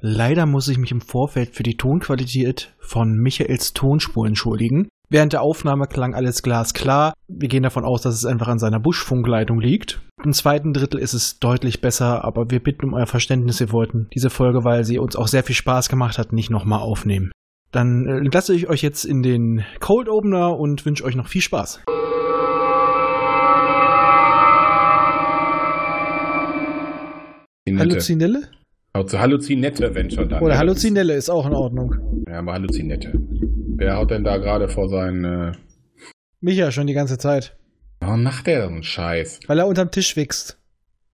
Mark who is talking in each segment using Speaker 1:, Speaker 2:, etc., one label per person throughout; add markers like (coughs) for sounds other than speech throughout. Speaker 1: Leider muss ich mich im Vorfeld für die Tonqualität von Michaels Tonspur entschuldigen. Während der Aufnahme klang alles glasklar. Wir gehen davon aus, dass es einfach an seiner Buschfunkleitung liegt. Im zweiten Drittel ist es deutlich besser, aber wir bitten um euer Verständnis. Wir wollten diese Folge, weil sie uns auch sehr viel Spaß gemacht hat, nicht nochmal aufnehmen. Dann äh, lasse ich euch jetzt in den Cold Opener und wünsche euch noch viel Spaß.
Speaker 2: Halluzinette.
Speaker 1: Halluzinelle?
Speaker 2: Also Halluzinette, wenn schon dann.
Speaker 1: Oder
Speaker 2: Ja,
Speaker 1: Halluzinelle ist auch in Ordnung.
Speaker 2: das ist- Ja, aber Halluzinette. Wer haut denn da gerade vor seinen. Äh
Speaker 1: Micha schon die ganze Zeit,
Speaker 2: Warum macht der so einen Scheiß?
Speaker 1: weil er unterm Tisch wächst.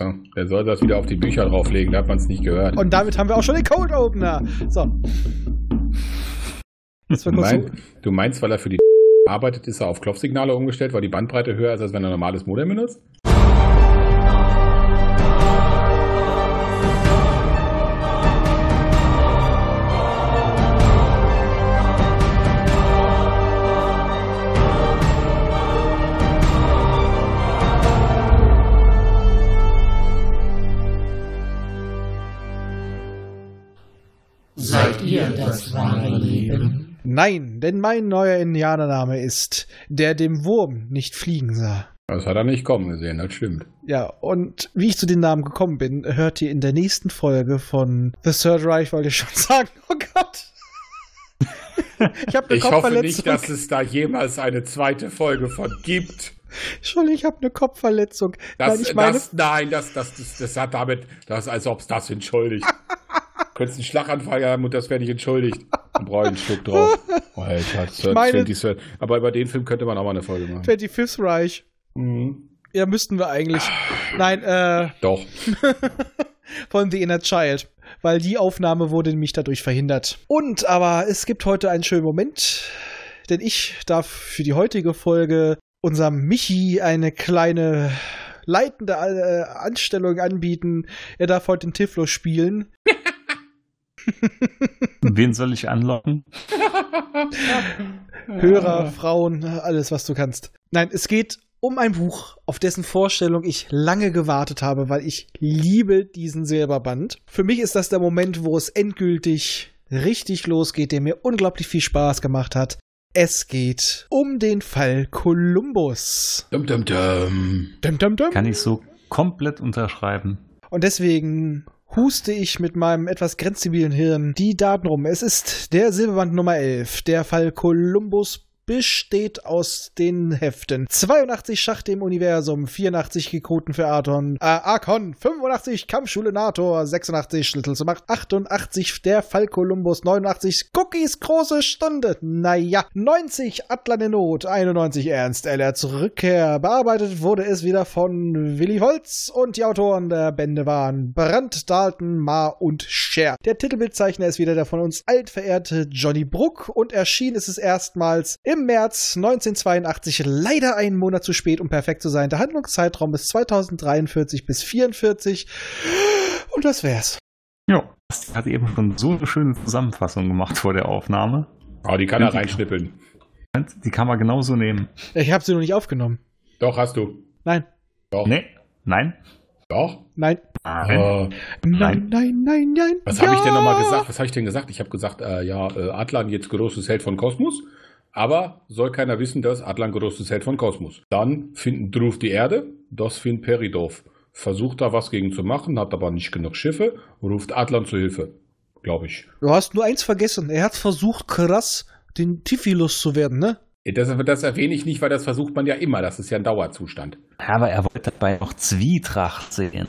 Speaker 2: Ja, der soll das wieder auf die Bücher drauflegen, da hat man es nicht gehört.
Speaker 1: Und damit haben wir auch schon den Code Opener. So. Das war
Speaker 2: du,
Speaker 1: kurz
Speaker 2: meinst,
Speaker 1: so.
Speaker 2: du meinst, weil er für die (laughs) arbeitet, ist er auf Klopfsignale umgestellt, weil die Bandbreite höher ist, als wenn er normales Modem benutzt?
Speaker 3: Seid ihr das wahre Leben?
Speaker 1: Nein, denn mein neuer Indianername ist der dem Wurm nicht fliegen sah.
Speaker 2: Das hat er nicht kommen gesehen, das stimmt.
Speaker 1: Ja, und wie ich zu dem Namen gekommen bin, hört ihr in der nächsten Folge von The Third Reich, wollte ich schon (laughs) sagen. Oh Gott. Ich habe eine
Speaker 2: Ich hoffe nicht,
Speaker 1: Kopfverletzung.
Speaker 2: dass es da jemals eine zweite Folge von gibt.
Speaker 1: Entschuldigung, ich habe eine Kopfverletzung.
Speaker 2: Das,
Speaker 1: Nein, ich meine,
Speaker 2: das, nein, das, das, das, das hat damit, das ist, als ob es das entschuldigt.
Speaker 1: (laughs)
Speaker 2: Könntest einen Schlaganfall haben und das wäre nicht entschuldigt. Dann brauche ich einen Schluck drauf. Oh, Alter, Sir,
Speaker 1: meine-
Speaker 2: 20, Sir. Aber über den Film könnte man auch mal eine Folge machen.
Speaker 1: 25th Reich.
Speaker 2: Mhm.
Speaker 1: Ja, müssten wir eigentlich. Nein, äh,
Speaker 2: Doch.
Speaker 1: (laughs) von The Inner Child, weil die Aufnahme wurde nämlich dadurch verhindert. Und aber es gibt heute einen schönen Moment, denn ich darf für die heutige Folge unserem Michi eine kleine leitende äh, Anstellung anbieten. Er darf heute den Tiflo spielen.
Speaker 4: Wen soll ich anlocken?
Speaker 1: Hörer, Frauen, alles, was du kannst. Nein, es geht um ein Buch, auf dessen Vorstellung ich lange gewartet habe, weil ich liebe diesen Silberband. Für mich ist das der Moment, wo es endgültig richtig losgeht, der mir unglaublich viel Spaß gemacht hat. Es geht um den Fall Kolumbus.
Speaker 2: Dum, dum, dum.
Speaker 1: Dum, dum, dum.
Speaker 4: Kann ich so komplett unterschreiben.
Speaker 1: Und deswegen huste ich mit meinem etwas grenzzivilen Hirn die Daten rum. Es ist der Silberband Nummer 11, der Fall Kolumbus besteht aus den Heften. 82 Schacht im Universum, 84 Rekruten für Arton, äh, Arkon, 85 Kampfschule NATO, 86 Schlüssel zum Macht, 88 der Fall Kolumbus, 89 Cookies große Stunde, naja, 90 Atlan in Not, 91 Ernst Ellerts Rückkehr. Bearbeitet wurde es wieder von Willi Holz und die Autoren der Bände waren Brandt, Dalton, Ma und Scher. Der Titelbildzeichner ist wieder der von uns altverehrte Johnny Bruck und erschien ist es erstmals im März 1982, leider einen Monat zu spät, um perfekt zu sein. Der Handlungszeitraum ist 2043 bis 44 und das wär's.
Speaker 4: Ja. Basti hat eben schon so eine schöne Zusammenfassung gemacht vor der Aufnahme.
Speaker 2: Oh, die kann er reinschnippeln.
Speaker 4: Und Die kann man genauso nehmen.
Speaker 1: Ich habe sie noch nicht aufgenommen.
Speaker 2: Doch, hast du.
Speaker 1: Nein,
Speaker 2: Doch.
Speaker 4: Nee, nein.
Speaker 2: Doch.
Speaker 1: nein,
Speaker 4: Nein.
Speaker 2: Äh,
Speaker 1: nein,
Speaker 4: Nein.
Speaker 1: nein, nein, nein.
Speaker 2: was habe ich denn
Speaker 1: Ja!
Speaker 2: nochmal gesagt? Was habe ich denn gesagt? Ich habe gesagt, äh, ja, äh, Atlan jetzt großes Held von Kosmos. Aber soll keiner wissen, dass Atlan großes Held von Kosmos. Dann finden Druf die Erde, das findet Peridorf. Versucht da was gegen zu machen, hat aber nicht genug Schiffe, ruft Atlan zu Hilfe. Glaube ich.
Speaker 1: Du hast nur eins vergessen. Er hat versucht, krass den Tifilus zu werden, ne?
Speaker 2: Äh, Das, das erwähne ich nicht, weil das versucht man ja immer. Das ist ja ein Dauerzustand.
Speaker 4: Aber er wollte dabei noch Zwietracht sehen.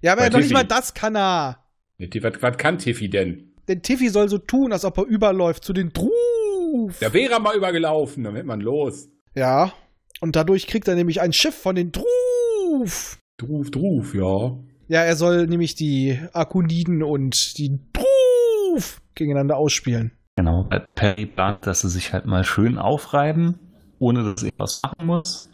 Speaker 1: Ja, aber
Speaker 2: Bei
Speaker 1: er doch nicht
Speaker 2: Tiffy.
Speaker 1: mal das kann er.
Speaker 2: Äh, Was, was kann Tiffy denn?
Speaker 1: Denn Tiffy soll so tun, als ob er überläuft zu den Druf.
Speaker 2: Da wäre er mal übergelaufen, dann wird man los.
Speaker 1: Ja. Und dadurch kriegt er nämlich ein Schiff von den Druf.
Speaker 2: Druf, Druf, ja.
Speaker 1: Ja, er soll nämlich die Akoniden und die Druf gegeneinander ausspielen.
Speaker 4: Genau, weil Perry plant, dass sie sich halt mal schön aufreiben, ohne dass ich was machen muss.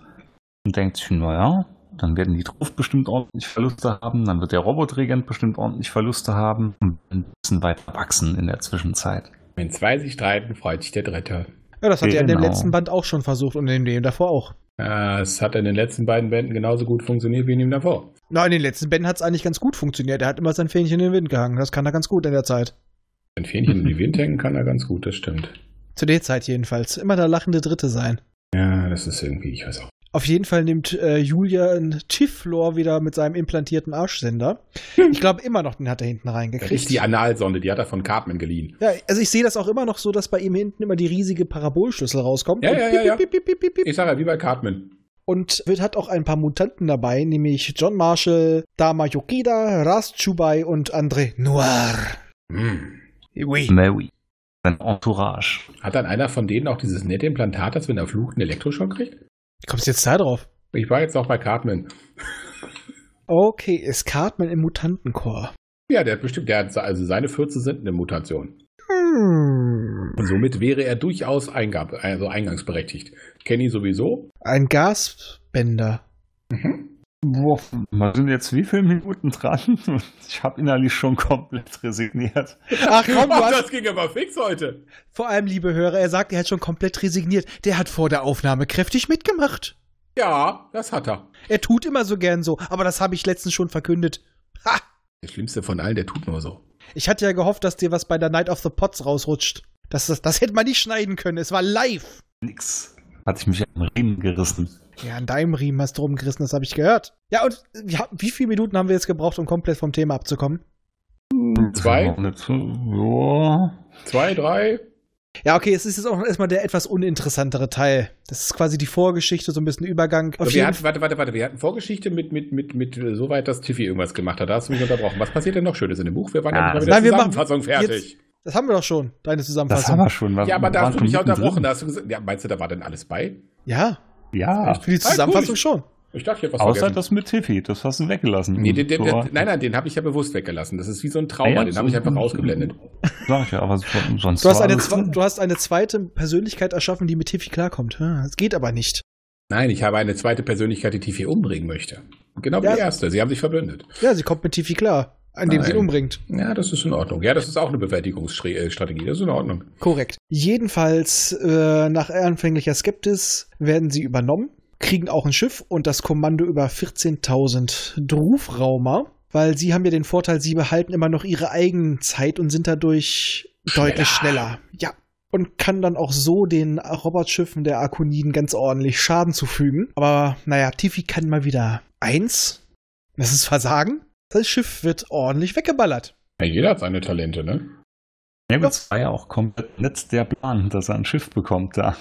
Speaker 4: Und denkt sich, naja, dann werden die drauf bestimmt ordentlich Verluste haben, dann wird der Robotregent bestimmt ordentlich Verluste haben und ein bisschen weiter wachsen in der Zwischenzeit.
Speaker 2: Wenn zwei sich streiten, freut sich der Dritte.
Speaker 1: Ja, das hat er in dem
Speaker 4: Genau.
Speaker 1: letzten Band auch schon versucht und in dem davor auch.
Speaker 2: Äh, es hat in den letzten beiden Bänden genauso gut funktioniert wie in dem davor.
Speaker 1: Na, in den letzten Bänden hat es eigentlich ganz gut funktioniert. Er hat immer sein Fähnchen in den Wind gehangen. Das kann er ganz gut in der Zeit.
Speaker 2: Ein Fähnchen in die Wind hängen kann er ganz gut, das stimmt.
Speaker 1: Zu der Zeit jedenfalls. Immer der lachende Dritte sein.
Speaker 2: Ja, das ist irgendwie, ich weiß auch.
Speaker 1: Auf jeden Fall nimmt äh, Julian Tifflor wieder mit seinem implantierten Arschsender. Ich glaube immer noch, den hat er hinten
Speaker 2: Das ist
Speaker 1: reingekriegt.
Speaker 2: die Analsonde, die hat er von Cartman geliehen.
Speaker 1: Ja, also ich sehe das auch immer noch so, dass bei ihm hinten immer die riesige Parabolschlüssel rauskommt.
Speaker 2: Ja,
Speaker 1: und
Speaker 2: ja,
Speaker 1: piep,
Speaker 2: ja, ja.
Speaker 1: piep, piep, piep, piep, piep.
Speaker 2: Ich sage ja, wie bei Cartman.
Speaker 1: Und wird hat auch ein paar Mutanten dabei, nämlich John Marshall, Dama Yokida, Ras Chubai und André Noir.
Speaker 2: Hm.
Speaker 1: Oui.
Speaker 4: Mary. Sein Entourage.
Speaker 2: Hat dann einer von denen auch dieses nette Implantat, das wenn er flucht, einen Elektroschock kriegt?
Speaker 1: Kommst du jetzt da drauf?
Speaker 2: Ich war jetzt noch bei Cartman.
Speaker 1: Okay, ist Cartman im Mutantenchor.
Speaker 2: Ja, der hat bestimmt, der hat, also seine Fürze sind eine Mutation.
Speaker 1: Hm.
Speaker 2: Und somit wäre er durchaus Eingab, also eingangsberechtigt. Kenny sowieso.
Speaker 1: Ein Gasbänder.
Speaker 2: Mhm.
Speaker 4: Boah, wir sind jetzt wie viele Minuten dran? (laughs) Ich habe innerlich schon komplett resigniert.
Speaker 1: Ach
Speaker 2: (laughs)
Speaker 1: komm, du
Speaker 2: Oh,
Speaker 1: hast,
Speaker 2: das ging aber fix heute.
Speaker 1: vor allem, liebe Hörer, er sagt, er hat schon komplett resigniert. Der hat vor der Aufnahme kräftig mitgemacht.
Speaker 2: Ja, das hat er.
Speaker 1: Er tut immer so gern so, aber das habe ich letztens schon verkündet. Ha!
Speaker 2: Der Schlimmste von allen, der tut nur so.
Speaker 1: Ich hatte ja gehofft, dass dir was bei der Night of the Pots rausrutscht. Das, das, das hätte man nicht schneiden können. Es war live.
Speaker 4: Nix. Hat ich mich am Riemen gerissen.
Speaker 1: Ja, an deinem Riemen hast du rumgerissen, das habe ich gehört. Ja, und wir haben- wie viele Minuten haben wir jetzt gebraucht, um komplett vom Thema abzukommen?
Speaker 2: Zwei?
Speaker 4: Ja.
Speaker 2: Zwei, drei.
Speaker 1: Ja, okay, es ist jetzt auch erstmal der etwas uninteressantere Teil. Das ist quasi die Vorgeschichte, so ein bisschen Übergang. Auf
Speaker 2: Äh, wir
Speaker 1: jeden
Speaker 2: hatten, warte, warte, warte. Wir hatten Vorgeschichte mit, mit, mit, mit äh, so weit, dass Tiffy irgendwas gemacht hat. Da hast du mich unterbrochen. Was passiert denn noch Schönes in dem Buch? Wir waren
Speaker 4: Ah,
Speaker 2: ja, mit
Speaker 1: nein, wir machen
Speaker 2: Zusammenfassung fertig.
Speaker 1: Das haben wir doch schon, deine
Speaker 4: Das
Speaker 1: Zusammenfassung.
Speaker 4: haben wir schon.
Speaker 2: Ja, aber da hast du mich ja unterbrochen. Da
Speaker 4: hast.
Speaker 2: hast du gesagt, ja, meinst du, da war denn alles bei?
Speaker 1: ja,
Speaker 4: Ja.
Speaker 1: für die Zusammenfassung
Speaker 2: cool.
Speaker 1: schon.
Speaker 2: Ich dachte, ich hab was
Speaker 4: Außer
Speaker 2: vergessen.
Speaker 4: das mit Tiffy, das hast du weggelassen.
Speaker 2: Nee, den, den,
Speaker 4: So,
Speaker 2: den, nein, nein, den habe ich ja bewusst weggelassen. Das ist wie so ein
Speaker 4: Ja,
Speaker 2: Trauma,
Speaker 4: ja,
Speaker 2: den
Speaker 4: so-
Speaker 2: habe ich einfach rausgeblendet.
Speaker 4: Sag ich ja, aber so- sonst
Speaker 1: Du hast,
Speaker 4: war
Speaker 1: eine,
Speaker 4: alles
Speaker 1: zwe-
Speaker 4: drin.
Speaker 1: du hast eine zweite Persönlichkeit erschaffen, die mit Tiffy klarkommt. Hm, Das geht aber nicht.
Speaker 2: Nein, ich habe eine zweite Persönlichkeit, die Tiffy umbringen möchte. Genau wie
Speaker 1: Ja.
Speaker 2: die erste. Sie haben sich verbündet.
Speaker 1: Ja, sie kommt mit Tiffy klar, indem sie ihn
Speaker 2: Nein.
Speaker 1: umbringt.
Speaker 2: Ja, das ist in Ordnung. Ja, das ist auch eine Bewältigungsstrategie. Das ist in Ordnung.
Speaker 1: Korrekt. Jedenfalls, äh, nach anfänglicher Skeptis werden sie übernommen, kriegen auch ein Schiff und das Kommando über 14.000 Drufraumer, weil sie haben ja den Vorteil, sie behalten immer noch ihre eigene Zeit und sind dadurch deutlich schneller. Ja. Und kann dann auch so den Robotschiffen der Arkoniden ganz ordentlich Schaden zufügen. Aber naja, Tiffy kann mal wieder eins. Das ist Versagen. Das Schiff wird ordentlich weggeballert.
Speaker 2: Ja, jeder hat seine Talente, ne?
Speaker 4: Ja, gut, das war ja auch komplett nicht der Plan, dass er ein Schiff bekommt da.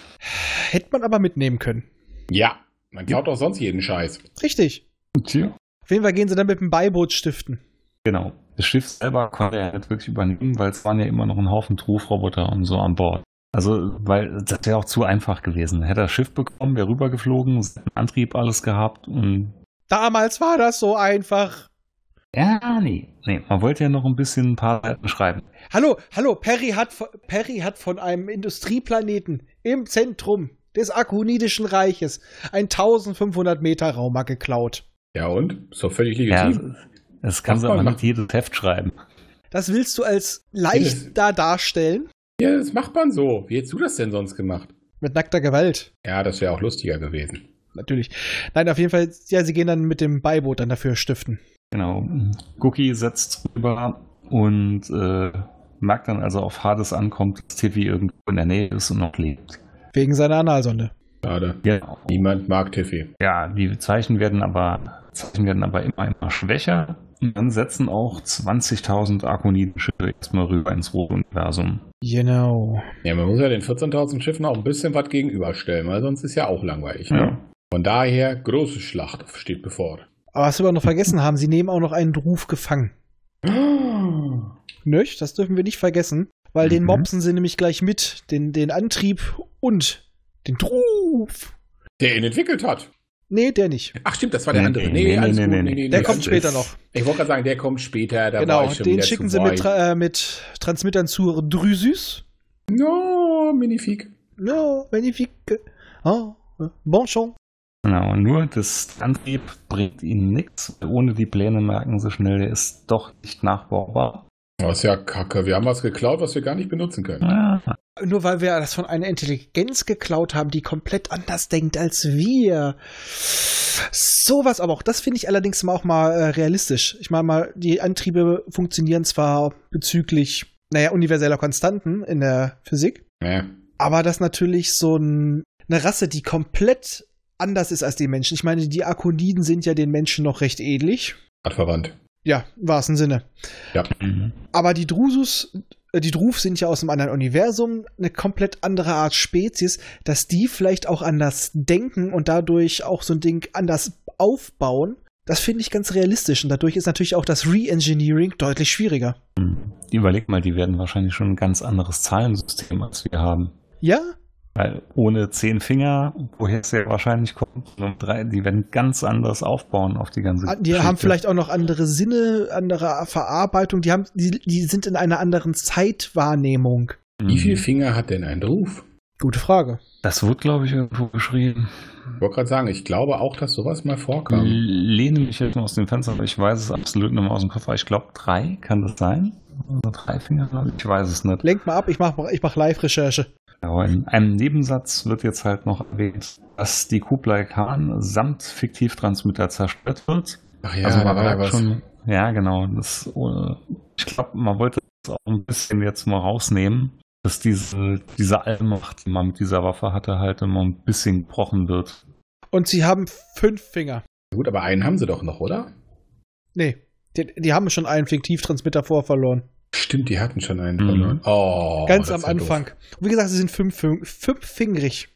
Speaker 1: Hätte man aber mitnehmen können.
Speaker 2: Ja. Man klaut auch sonst jeden Scheiß.
Speaker 1: Richtig.
Speaker 4: Tja.
Speaker 1: Auf jeden Fall gehen sie dann mit dem Beiboot stiften.
Speaker 4: Genau. Das Schiff selber konnte er nicht wirklich übernehmen, weil es waren ja immer noch ein Haufen Trufroboter und so an Bord. Also, weil das wäre auch zu einfach gewesen. Hätte er das Schiff bekommen, wäre rübergeflogen, es hätte einen Antrieb alles gehabt und.
Speaker 1: Damals war das so einfach.
Speaker 4: Ja, nee. Nee, man wollte ja noch ein bisschen ein paar Seiten schreiben.
Speaker 1: Hallo, hallo, Perry hat, von- Perry hat von einem Industrieplaneten im Zentrum des Akunidischen Reiches ein 1500 Meter Rauma geklaut.
Speaker 2: Ja, und? Ist doch völlig
Speaker 4: Ja,
Speaker 2: legitim.
Speaker 4: das- das kannst du
Speaker 2: Mach mal,
Speaker 4: aber
Speaker 2: mach.
Speaker 4: nicht jedes Heft schreiben.
Speaker 1: Das willst du als leicht da darstellen?
Speaker 2: Ja, das macht man so. Wie hättest du das denn sonst gemacht?
Speaker 1: Mit nackter Gewalt.
Speaker 2: Ja, das wäre auch lustiger gewesen.
Speaker 1: Natürlich. Nein, auf jeden Fall, ja, sie gehen dann mit dem Beiboot dann dafür stiften.
Speaker 4: Genau. Cookie setzt drüber und äh, merkt dann, also auf Hades ankommt, dass Tiffy irgendwo in der Nähe ist und noch lebt.
Speaker 1: Wegen seiner Analsonde.
Speaker 2: Schade.
Speaker 4: Genau.
Speaker 2: Niemand mag Tiffy.
Speaker 4: Ja, die Zeichen werden aber, Zeichen werden aber immer, immer schwächer. Und dann setzen auch 20.000 Arkonidenschiffe erstmal rüber ins rote Universum.
Speaker 1: Genau.
Speaker 2: Ja, man muss ja den 14.000 Schiffen auch ein bisschen was gegenüberstellen, weil sonst ist ja auch langweilig. Ne?
Speaker 4: Ja.
Speaker 2: Von daher, große Schlacht steht bevor. (gasps)
Speaker 1: Aber was wir aber noch vergessen haben, sie nehmen auch noch einen Druf gefangen. Nicht? Das dürfen wir nicht vergessen, weil den
Speaker 4: Mhm.
Speaker 1: mopsen sie nämlich gleich mit. Den, den Antrieb und den Druf.
Speaker 2: Der ihn entwickelt hat.
Speaker 1: Nee, der nicht.
Speaker 2: Ach stimmt, das war der
Speaker 4: Nee,
Speaker 2: andere.
Speaker 4: nee,
Speaker 2: Nee,
Speaker 4: nee,
Speaker 2: alles
Speaker 4: nee,
Speaker 2: gut.
Speaker 4: nee,
Speaker 2: Nee,
Speaker 4: nee.
Speaker 2: nee,
Speaker 1: Der
Speaker 2: nee,
Speaker 1: kommt
Speaker 2: alles-
Speaker 1: später noch.
Speaker 2: Ich wollte gerade sagen, der kommt später. Da war
Speaker 1: genau,
Speaker 2: ich schon
Speaker 1: den
Speaker 2: wieder
Speaker 1: schicken
Speaker 2: zu
Speaker 1: sie mit,
Speaker 2: weit.
Speaker 1: Tra- äh, mit Transmittern zur Drusus.
Speaker 2: No, Minifig.
Speaker 1: No, magnifique. Oh, bonchon.
Speaker 4: Genau, nur das Antrieb bringt ihnen nichts. Ohne die Pläne merken sie schnell, der ist doch nicht nachbaubar.
Speaker 2: Das Oh, ist ja kacke. Wir haben was geklaut, was wir gar nicht benutzen können.
Speaker 4: Ja,
Speaker 1: Nur weil wir das von einer Intelligenz geklaut haben, die komplett anders denkt als wir. Sowas aber auch. Das finde ich allerdings mal auch mal äh, realistisch. Ich meine mal, die Antriebe funktionieren zwar bezüglich, naja, universeller Konstanten in der Physik,
Speaker 2: Nee.
Speaker 1: aber das natürlich so ein, eine Rasse, die komplett anders ist als die Menschen. Ich meine, die Akoniden sind ja den Menschen noch recht ähnlich.
Speaker 2: Artverwandt.
Speaker 1: Ja, im wahrsten Sinne.
Speaker 4: Mhm.
Speaker 1: Aber die Drusus, äh, die Druf sind ja aus einem anderen Universum, eine komplett andere Art Spezies, dass die vielleicht auch anders denken und dadurch auch so ein Ding anders aufbauen. Das finde ich ganz realistisch und dadurch ist natürlich auch das Reengineering deutlich schwieriger.
Speaker 4: Überleg mal, die werden wahrscheinlich schon ein ganz anderes Zahlensystem als wir haben.
Speaker 1: Ja?
Speaker 4: Weil ohne zehn Finger, woher es ja wahrscheinlich kommt, nur drei, die werden ganz anders aufbauen auf die ganze
Speaker 1: Ah, Die
Speaker 4: Geschichte.
Speaker 1: haben vielleicht auch noch andere Sinne, andere Verarbeitung, die haben die, die sind in einer anderen Zeitwahrnehmung.
Speaker 2: Wie viele
Speaker 4: Mhm.
Speaker 2: Finger hat denn ein Ruf?
Speaker 1: Gute Frage.
Speaker 4: Das wurde, glaube ich, irgendwo geschrieben.
Speaker 2: Ich wollte gerade sagen, ich glaube auch, dass sowas mal vorkam.
Speaker 4: Mhm. Lehne mich jetzt mal aus dem Fenster, aber ich weiß es absolut nicht mehr aus dem Kopf. Aber Ich glaube, drei kann das sein? Oder drei Finger? Ich weiß es nicht.
Speaker 1: Lenk mal ab, ich mach, ich mach Live-Recherche.
Speaker 4: Aber in einem Nebensatz wird jetzt halt noch erwähnt, dass die Kublai Khan samt Fiktivtransmitter zerstört wird.
Speaker 2: Ach ja,
Speaker 4: also man
Speaker 2: da war ja
Speaker 4: merkt
Speaker 2: was.
Speaker 4: schon, ja genau. Das, äh, ich glaube, man wollte das auch ein bisschen jetzt mal rausnehmen, dass diese, diese Allmacht, die man mit dieser Waffe hatte, halt immer ein bisschen gebrochen wird.
Speaker 1: Und sie haben fünf Finger.
Speaker 2: Gut, aber einen haben sie doch noch, oder?
Speaker 1: Nee, die, die haben schon einen Fiktivtransmitter vorverloren.
Speaker 2: Stimmt, die hatten schon einen
Speaker 4: Mhm.
Speaker 2: verloren. Oh,
Speaker 1: Ganz
Speaker 2: das
Speaker 1: am
Speaker 2: ist ja doof.
Speaker 1: Anfang. Und wie gesagt, sie sind fünf, fünf fingrig.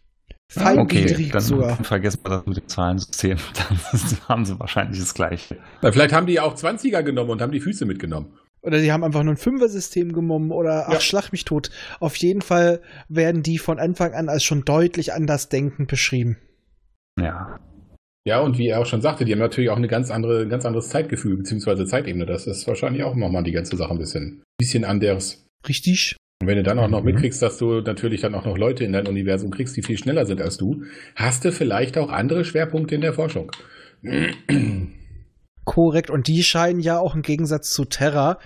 Speaker 2: Ah, okay,
Speaker 1: Feingliedrig
Speaker 4: dann
Speaker 1: sogar.
Speaker 4: vergessen wir das mit dem Zahlensystem. (laughs) Dann haben sie wahrscheinlich das Gleiche.
Speaker 2: Na, vielleicht haben die ja auch 20er genommen und haben die Füße mitgenommen.
Speaker 1: Oder die haben einfach nur ein Fünfer-System genommen oder ach,
Speaker 2: Ja.
Speaker 1: schlag mich tot. Auf jeden Fall werden die von Anfang an als schon deutlich anders denkend beschrieben.
Speaker 4: Ja.
Speaker 2: Ja, und wie er auch schon sagte, die haben natürlich auch eine ganz andere, ein ganz anderes Zeitgefühl, beziehungsweise Zeitebene. Das ist wahrscheinlich auch nochmal die ganze Sache ein bisschen, bisschen anders.
Speaker 1: Richtig?
Speaker 2: Und wenn du dann auch noch
Speaker 4: Mhm.
Speaker 2: mitkriegst, dass du natürlich dann auch noch Leute in dein Universum kriegst, die viel schneller sind als du, hast du vielleicht auch andere Schwerpunkte in der Forschung.
Speaker 1: Korrekt. Und die scheinen ja auch im Gegensatz zu Terra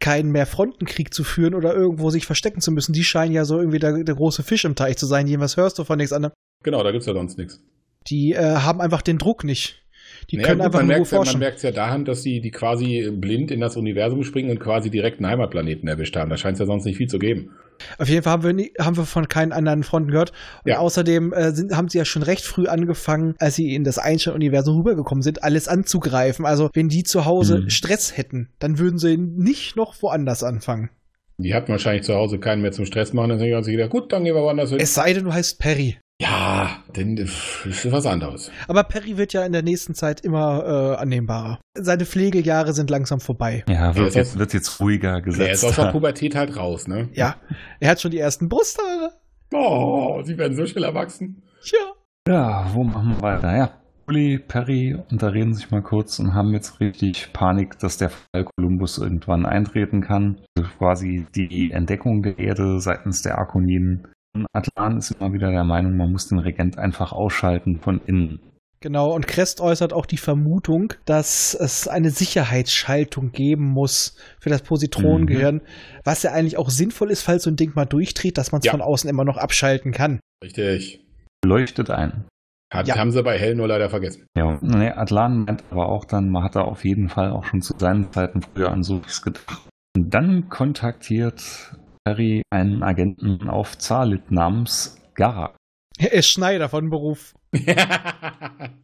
Speaker 1: keinen mehr Frontenkrieg zu führen oder irgendwo sich verstecken zu müssen. Die scheinen ja so irgendwie der, der große Fisch im Teich zu sein. Jedenfalls hörst du von nichts anderem.
Speaker 2: Genau, da gibt's ja sonst nichts.
Speaker 1: Die äh, haben einfach den Druck nicht. Die können
Speaker 2: gut,
Speaker 1: einfach
Speaker 2: man
Speaker 1: nur
Speaker 2: merkt's ja- Man
Speaker 1: forschen.
Speaker 2: merkt es ja daran, dass die, die quasi blind in das Universum springen und quasi direkt einen Heimatplaneten erwischt haben. Da scheint es ja sonst nicht viel zu geben.
Speaker 1: Auf jeden Fall haben wir, nie, haben wir von keinen anderen Fronten gehört. Und
Speaker 2: Ja.
Speaker 1: außerdem äh, sind, haben sie ja schon recht früh angefangen, als sie in das Einstein-Universum rübergekommen sind, alles anzugreifen. Also, wenn die zu Hause
Speaker 4: Mhm.
Speaker 1: Stress hätten, dann würden sie nicht noch woanders anfangen.
Speaker 2: Die hatten wahrscheinlich zu Hause keinen mehr zum Stress machen. Dann haben sie gedacht, gut, dann gehen wir woanders hin.
Speaker 1: Es sei denn, du heißt Perry.
Speaker 2: ja, denn pff, ist was anderes.
Speaker 1: Aber Perry wird ja in der nächsten Zeit immer äh, annehmbarer. Seine Pflegejahre sind langsam vorbei.
Speaker 4: Ja,
Speaker 2: Der
Speaker 4: wird,
Speaker 2: ist
Speaker 4: jetzt,
Speaker 2: aus-
Speaker 4: wird jetzt ruhiger
Speaker 2: Der
Speaker 4: gesetzt.
Speaker 2: Also, ist aus
Speaker 4: (laughs)
Speaker 2: der Pubertät halt raus, ne?
Speaker 1: Ja, er hat schon die ersten Brusthaare.
Speaker 2: Oh, sie werden so schnell erwachsen.
Speaker 1: Ja.
Speaker 4: ja, wo machen wir weiter? Ja, Uli, Perry unterreden sich mal kurz und haben jetzt richtig Panik, dass der Fall Kolumbus irgendwann eintreten kann. Also quasi die Entdeckung der Erde seitens der Arkoniden. Und Atlan ist immer wieder der Meinung, man muss den Regent einfach ausschalten von innen.
Speaker 1: Genau, und Crest äußert auch die Vermutung, dass es eine Sicherheitsschaltung geben muss für das Positronengehirn,
Speaker 4: Mhm.
Speaker 1: was ja eigentlich auch sinnvoll ist, falls so ein Ding mal durchdreht, dass man es
Speaker 2: Ja.
Speaker 1: von außen immer noch abschalten kann.
Speaker 2: Richtig.
Speaker 4: Leuchtet ein.
Speaker 2: Hat,
Speaker 1: Ja.
Speaker 2: Haben sie bei Hell nur leider vergessen. (laughs)
Speaker 4: Ja, nee, Atlan meint aber auch dann, man hat da auf jeden Fall auch schon zu seinen Zeiten früher an sowas gedacht. Und dann kontaktiert Harry einen Agenten auf Zalit namens Garak,
Speaker 1: Er ist Schneider von Beruf.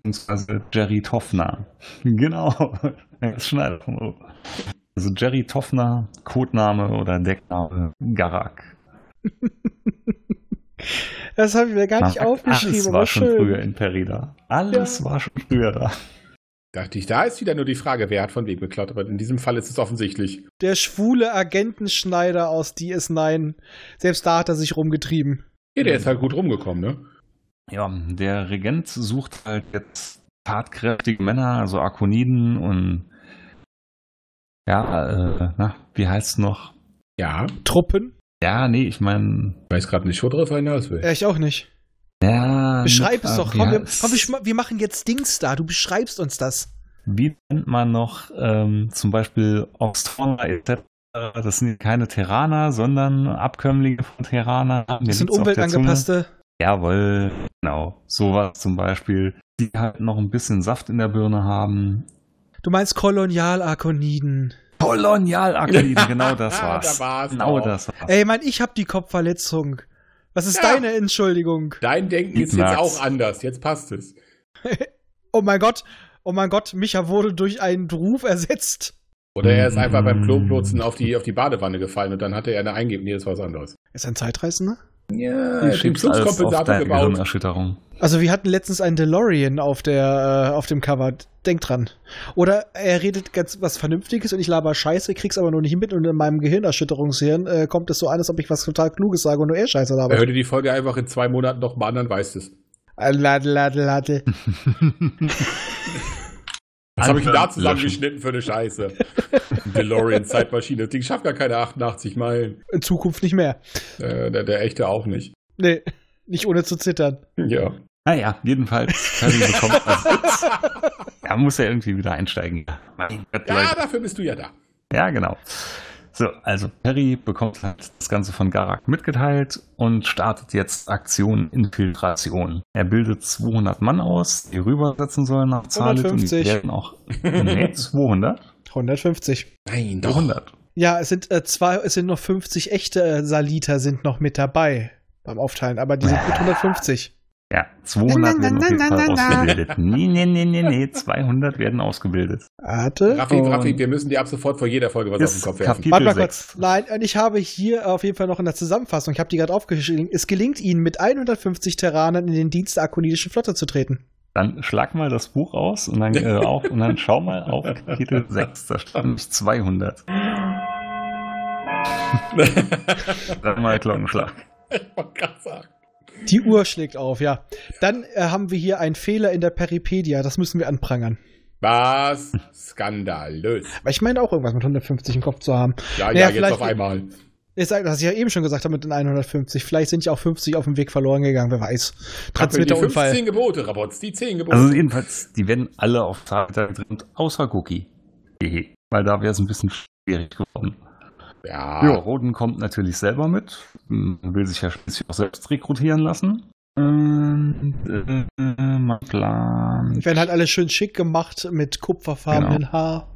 Speaker 4: beziehungsweise Jerry Toffner. (laughs) genau, er ist Schneider. vom Beruf. Also Jerry Toffner, Codename oder Deckname Garak.
Speaker 1: Das habe ich mir gar nicht
Speaker 4: Alles
Speaker 1: aufgeschrieben,
Speaker 4: war
Speaker 1: aber
Speaker 4: schon früher
Speaker 1: schön.
Speaker 4: in Perida. Alles war schon früher da.
Speaker 2: Dachte ich, da ist wieder nur die Frage, wer hat von wem geklaut. Aber in diesem Fall ist es offensichtlich.
Speaker 1: Der schwule Agentenschneider aus DS9. Selbst da hat er sich rumgetrieben.
Speaker 2: Ja, der ist halt gut rumgekommen, ne?
Speaker 4: Ja, der Regent sucht halt jetzt tatkräftige Männer, also Arkoniden und ja, äh, na, wie heißt's noch?
Speaker 2: Ja.
Speaker 1: Truppen?
Speaker 4: Ja, nee, ich meine,
Speaker 2: Ich weiß gerade nicht, worauf er hinaus will.
Speaker 1: Ja, ich auch nicht.
Speaker 4: ja.
Speaker 1: Beschreib
Speaker 4: na,
Speaker 1: es doch.
Speaker 4: äh, wie
Speaker 1: Komm, wir,
Speaker 4: heißt-
Speaker 1: komm, wir, schma- wir machen jetzt Dings da. Du beschreibst uns das.
Speaker 4: Wie nennt man noch ähm, zum Beispiel Oxtorna etc.? Das sind keine Terraner, sondern Abkömmlinge von Terraner.
Speaker 1: Die das sind umweltangepasste.
Speaker 4: Jawohl, genau. Sowas zum Beispiel, die halt noch ein bisschen Saft in der Birne haben.
Speaker 1: Du meinst Kolonialarkoniden.
Speaker 2: (laughs)
Speaker 4: Kolonialarkoniden, genau das war's.
Speaker 2: Da war's
Speaker 4: genau
Speaker 2: auch. Äh,
Speaker 4: das war's.
Speaker 1: Ey, Mann, ich hab die Kopfverletzung. Was ist
Speaker 2: Ja.
Speaker 1: deine Entschuldigung?
Speaker 2: Dein Denken ist jetzt
Speaker 4: Merk's.
Speaker 2: auch anders. Jetzt passt es.
Speaker 1: Oh mein Gott, oh mein Gott, Micha wurde durch einen Ruf ersetzt.
Speaker 2: Oder er ist einfach beim
Speaker 4: Mm.
Speaker 2: Kloputzen auf die, auf die Badewanne gefallen und dann hatte er eine Eingebung. Nee, das war was anderes.
Speaker 1: Ist er ein Zeitreisender?
Speaker 2: Ja,
Speaker 4: Du schiebst alles auf deine Gehirnerschütterung.
Speaker 1: Also wir hatten letztens einen DeLorean auf der äh, auf dem Cover. Denk dran. Oder er redet ganz was Vernünftiges und ich laber Scheiße, krieg's aber nur nicht mit und in meinem Gehirnerschütterungshirn äh, kommt es so an, als ob ich was total Kluges sage und nur er Scheiße
Speaker 2: Er
Speaker 1: labert.
Speaker 2: hörte die Folge einfach in zwei Monaten nochmal an, dann weißt du es.
Speaker 1: Äh, lade, lade, lade.
Speaker 2: Was habe ich denn da
Speaker 4: Anhören,
Speaker 2: zusammengeschnitten für eine Scheiße? DeLorean, Zeitmaschine. Das Ding schafft gar keine 88 Meilen.
Speaker 1: In Zukunft nicht mehr.
Speaker 2: Äh, der, der echte auch nicht.
Speaker 1: Nee, nicht ohne zu zittern.
Speaker 2: Ja.
Speaker 4: Naja, jedenfalls. Harry bekommt was. Er muss ja irgendwie wieder einsteigen. Mein Gott, Leute.
Speaker 2: Ja, dafür bist du ja da.
Speaker 4: Ja, genau. So, also Perry bekommt halt das Ganze von Garak mitgeteilt und startet jetzt Aktion Infiltration. Er bildet 200 Mann aus, die rübersetzen sollen nach Zalit und die
Speaker 1: 150.
Speaker 4: werden auch nee, 200.
Speaker 1: 150.
Speaker 2: Nein,
Speaker 4: 200.
Speaker 1: Ja, es sind äh, zwei, es sind noch 50 echte äh, Saliter sind noch mit dabei beim Aufteilen, aber die sind mit 150.
Speaker 4: Ja, 200 werden auf jeden
Speaker 1: Na, na,
Speaker 4: Fall
Speaker 1: na, na, na.
Speaker 4: ausgebildet. Nee, nee, nee, nee, nee, 200 werden ausgebildet.
Speaker 1: Warte.
Speaker 2: Raffi,
Speaker 4: Und-
Speaker 2: Raffi, wir müssen dir ab sofort vor jeder Folge was auf den
Speaker 4: Bis
Speaker 2: Kopf werfen.
Speaker 1: Warte
Speaker 4: Kapitel
Speaker 1: mal kurz.
Speaker 4: 6.
Speaker 1: Nein, und ich habe hier äh, auf jeden Fall noch in der Zusammenfassung, ich habe die gerade aufgeschrieben, es gelingt ihnen, mit 150 Terranern in den Dienst der akonidischen Flotte zu treten.
Speaker 4: Dann schlag mal das Buch aus und dann, äh, auf, und dann schau mal auf Kapitel 6. Da stand nämlich 200. Dreimal Glockenschlag.
Speaker 2: (laughs) Ich wollte gerade sagen.
Speaker 1: Die Uhr schlägt auf, ja. Dann äh, haben wir hier einen Fehler in der Peripedia, das müssen wir anprangern.
Speaker 2: Was? Skandalös.
Speaker 1: Aber ich meine auch irgendwas mit 150 im Kopf zu haben.
Speaker 2: Ja,
Speaker 1: Naja,
Speaker 2: ja, jetzt
Speaker 1: vielleicht-
Speaker 2: auf einmal.
Speaker 1: Ich sag, das ich ja eben schon gesagt habe mit den 150. Vielleicht sind ja auch 50 auf dem Weg verloren gegangen, wer weiß.
Speaker 2: Kapitel die
Speaker 1: Transmitterunfall.
Speaker 2: 15 Gebote, Rabotz, die 10 Gebote.
Speaker 4: Also jedenfalls, die werden alle auf Tata getrimmt, außer Cookie. Hehe. Weil da wäre es ein bisschen schwierig geworden.
Speaker 2: ja,
Speaker 4: Ja, Roden kommt natürlich selber mit. Hm, Will sich ja schließlich auch selbst rekrutieren lassen. Und, äh, mein Plan.
Speaker 1: Werden halt alle schön schick gemacht mit kupferfarbenen
Speaker 2: Genau.
Speaker 1: Haar.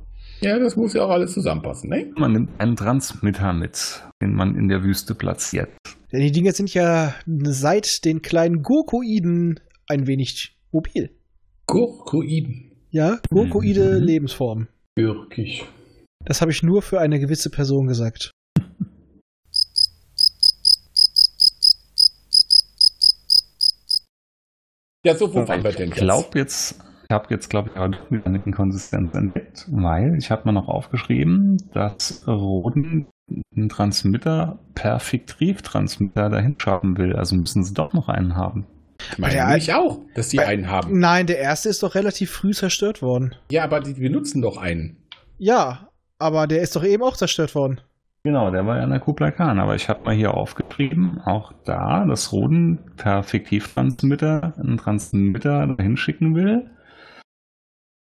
Speaker 2: ja, das muss ja auch alles zusammenpassen, ne?
Speaker 4: Man nimmt einen Transmitter mit, den man in der Wüste platziert.
Speaker 1: Denn die Dinger sind ja seit den kleinen Gurkoiden ein wenig mobil.
Speaker 2: Gurkoiden.
Speaker 1: Ja, Gurkoide
Speaker 4: Mhm.
Speaker 1: Lebensform.
Speaker 2: Gürkig.
Speaker 1: Das habe ich nur für eine gewisse Person gesagt.
Speaker 2: Ja, so, wo waren wir denn
Speaker 4: ich
Speaker 2: jetzt?
Speaker 4: glaube jetzt, ich habe jetzt, glaube ich, aber doch wieder eine Inkonsistenz entdeckt, weil ich habe mir noch aufgeschrieben, dass Roden einen Transmitter per Fiktiv-Transmitter dahin schaffen will. Also müssen sie doch noch einen haben.
Speaker 2: Ich meine
Speaker 1: Ja,
Speaker 2: ich auch, dass die
Speaker 1: bei-
Speaker 2: einen haben.
Speaker 1: Nein, der erste ist doch relativ früh zerstört worden.
Speaker 2: Ja, aber die benutzen doch einen.
Speaker 1: Ja, aber der ist doch eben auch zerstört worden.
Speaker 4: Genau, der war ja an der Kublai Khan, aber ich habe mal hier aufgeschrieben, auch da, dass Roden per Fiktiv-Transmitter einen Transmitter dahin schicken will.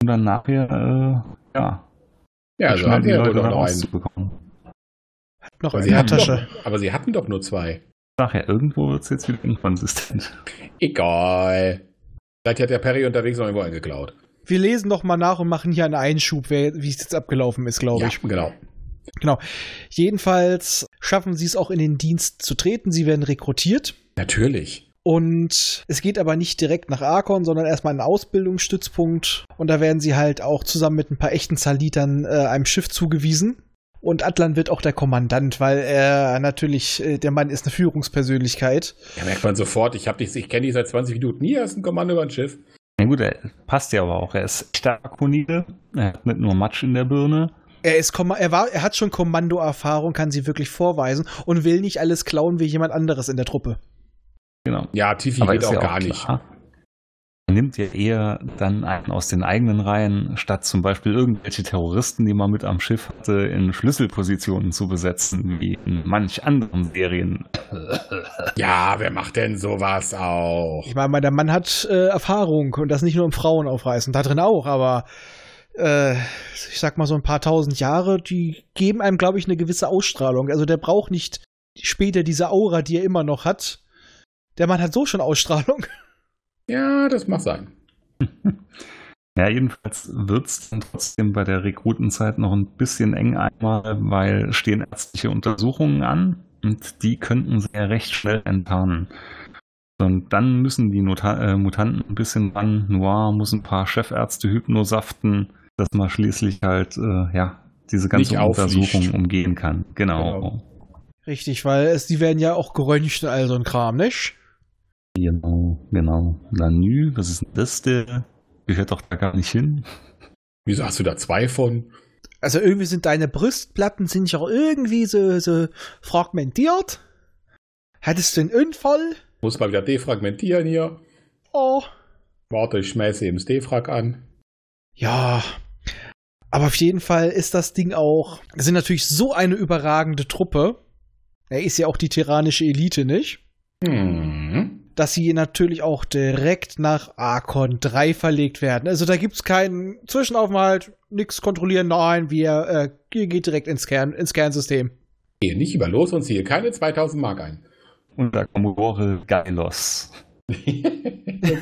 Speaker 4: Und dann nachher, äh, ja,
Speaker 2: Ja, also
Speaker 4: schnell
Speaker 2: haben
Speaker 4: die
Speaker 2: die
Speaker 4: Leute
Speaker 2: wohl
Speaker 4: da
Speaker 2: auch noch einen.
Speaker 4: rauszubekommen.
Speaker 1: Noch
Speaker 2: Aber
Speaker 1: eine
Speaker 2: sie, hatten
Speaker 1: Tasche.
Speaker 2: doch, aber sie hatten doch nur zwei.
Speaker 4: Nachher, irgendwo wird es jetzt wieder inkonsistent.
Speaker 2: Egal. Vielleicht hat der Perry unterwegs noch irgendwo einen geklaut.
Speaker 1: Wir lesen noch mal nach und machen hier einen Einschub, wer- wie es jetzt abgelaufen ist, glaube
Speaker 2: ja,
Speaker 1: ich.
Speaker 2: genau.
Speaker 1: Jedenfalls schaffen sie es auch in den Dienst zu treten. Sie werden rekrutiert.
Speaker 2: Natürlich.
Speaker 1: Und es geht aber nicht direkt nach Arkon, sondern erstmal in einen Ausbildungsstützpunkt. Und da werden sie halt auch zusammen mit ein paar echten Salitern äh, einem Schiff zugewiesen. Und Atlan wird auch der Kommandant, weil er natürlich, äh, der Mann ist eine Führungspersönlichkeit.
Speaker 2: Da merkt man sofort, ich, hab dich- ich kenne dich seit 20 Minuten. Hier ist ein Kommando über ein Schiff.
Speaker 4: Na gut, er passt ja aber auch. Er ist echter Akonide. Er hat nicht nur Matsch in der Birne.
Speaker 1: Er, ist, Komma- er, war, er hat schon Kommandoerfahrung, kann sie wirklich vorweisen und will nicht alles klauen wie jemand anderes in der Truppe.
Speaker 4: Genau.
Speaker 2: Ja, Tiffy
Speaker 4: aber
Speaker 2: geht
Speaker 4: ist
Speaker 2: auch
Speaker 4: ja
Speaker 2: gar nicht.
Speaker 4: klar. Er nimmt ja eher dann einen aus den eigenen Reihen, statt zum Beispiel irgendwelche Terroristen, die man mit am Schiff hatte, in Schlüsselpositionen zu besetzen, wie in manch anderen Serien.
Speaker 2: Ja, wer macht denn sowas auch?
Speaker 1: Ich meine, der Mann hat äh, Erfahrung und das nicht nur im Frauen aufreißen, da drin auch, aber äh, ich sag mal so ein paar tausend Jahre, die geben einem, glaube ich, eine gewisse Ausstrahlung. Also der braucht nicht später diese Aura, die er immer noch hat. Der Mann hat so schon Ausstrahlung. (laughs)
Speaker 2: Ja, das mag sein.
Speaker 4: Ja, jedenfalls wird es dann trotzdem bei der Rekrutenzeit noch ein bisschen eng einmal, weil stehen ärztliche Untersuchungen an und die könnten sie ja recht schnell enttarnen. Und dann müssen die Nota äh, Mutanten ein bisschen ran. Noir muss ein paar Chefärzte hypnosaften, dass man schließlich halt äh, ja diese ganze
Speaker 2: Nicht aufliegt.
Speaker 4: Untersuchung umgehen kann. Genau.
Speaker 2: Genau.
Speaker 1: Richtig, weil es, die werden ja auch geröntgt und all so ein Kram, nicht?
Speaker 4: Genau, genau. Lanü, was ist denn das der? Gehört doch da gar nicht hin.
Speaker 2: Wieso hast du da zwei von?
Speaker 1: Also irgendwie sind deine Brustplatten sind ja auch irgendwie so, so fragmentiert. Hattest du einen Unfall?
Speaker 2: Muss mal wieder defragmentieren hier.
Speaker 1: Oh.
Speaker 2: Warte, ich schmeiße eben das Defrag an.
Speaker 1: Ja. Aber auf jeden Fall ist das Ding auch. Das sind natürlich so eine überragende Truppe. Er ist ja auch die tyrannische Elite, nicht?
Speaker 2: Hm.
Speaker 1: dass sie natürlich auch direkt nach Arkon 3 verlegt werden. Also da gibt's keinen Zwischenaufenthalt, nichts kontrollieren, nein, wir äh, ihr geht direkt ins, Kern, ins Kernsystem.
Speaker 2: Gehe nicht über los und ziehe keine 2000 Mark ein. (laughs)
Speaker 4: Und da Commodore Geilos.
Speaker 2: Ge-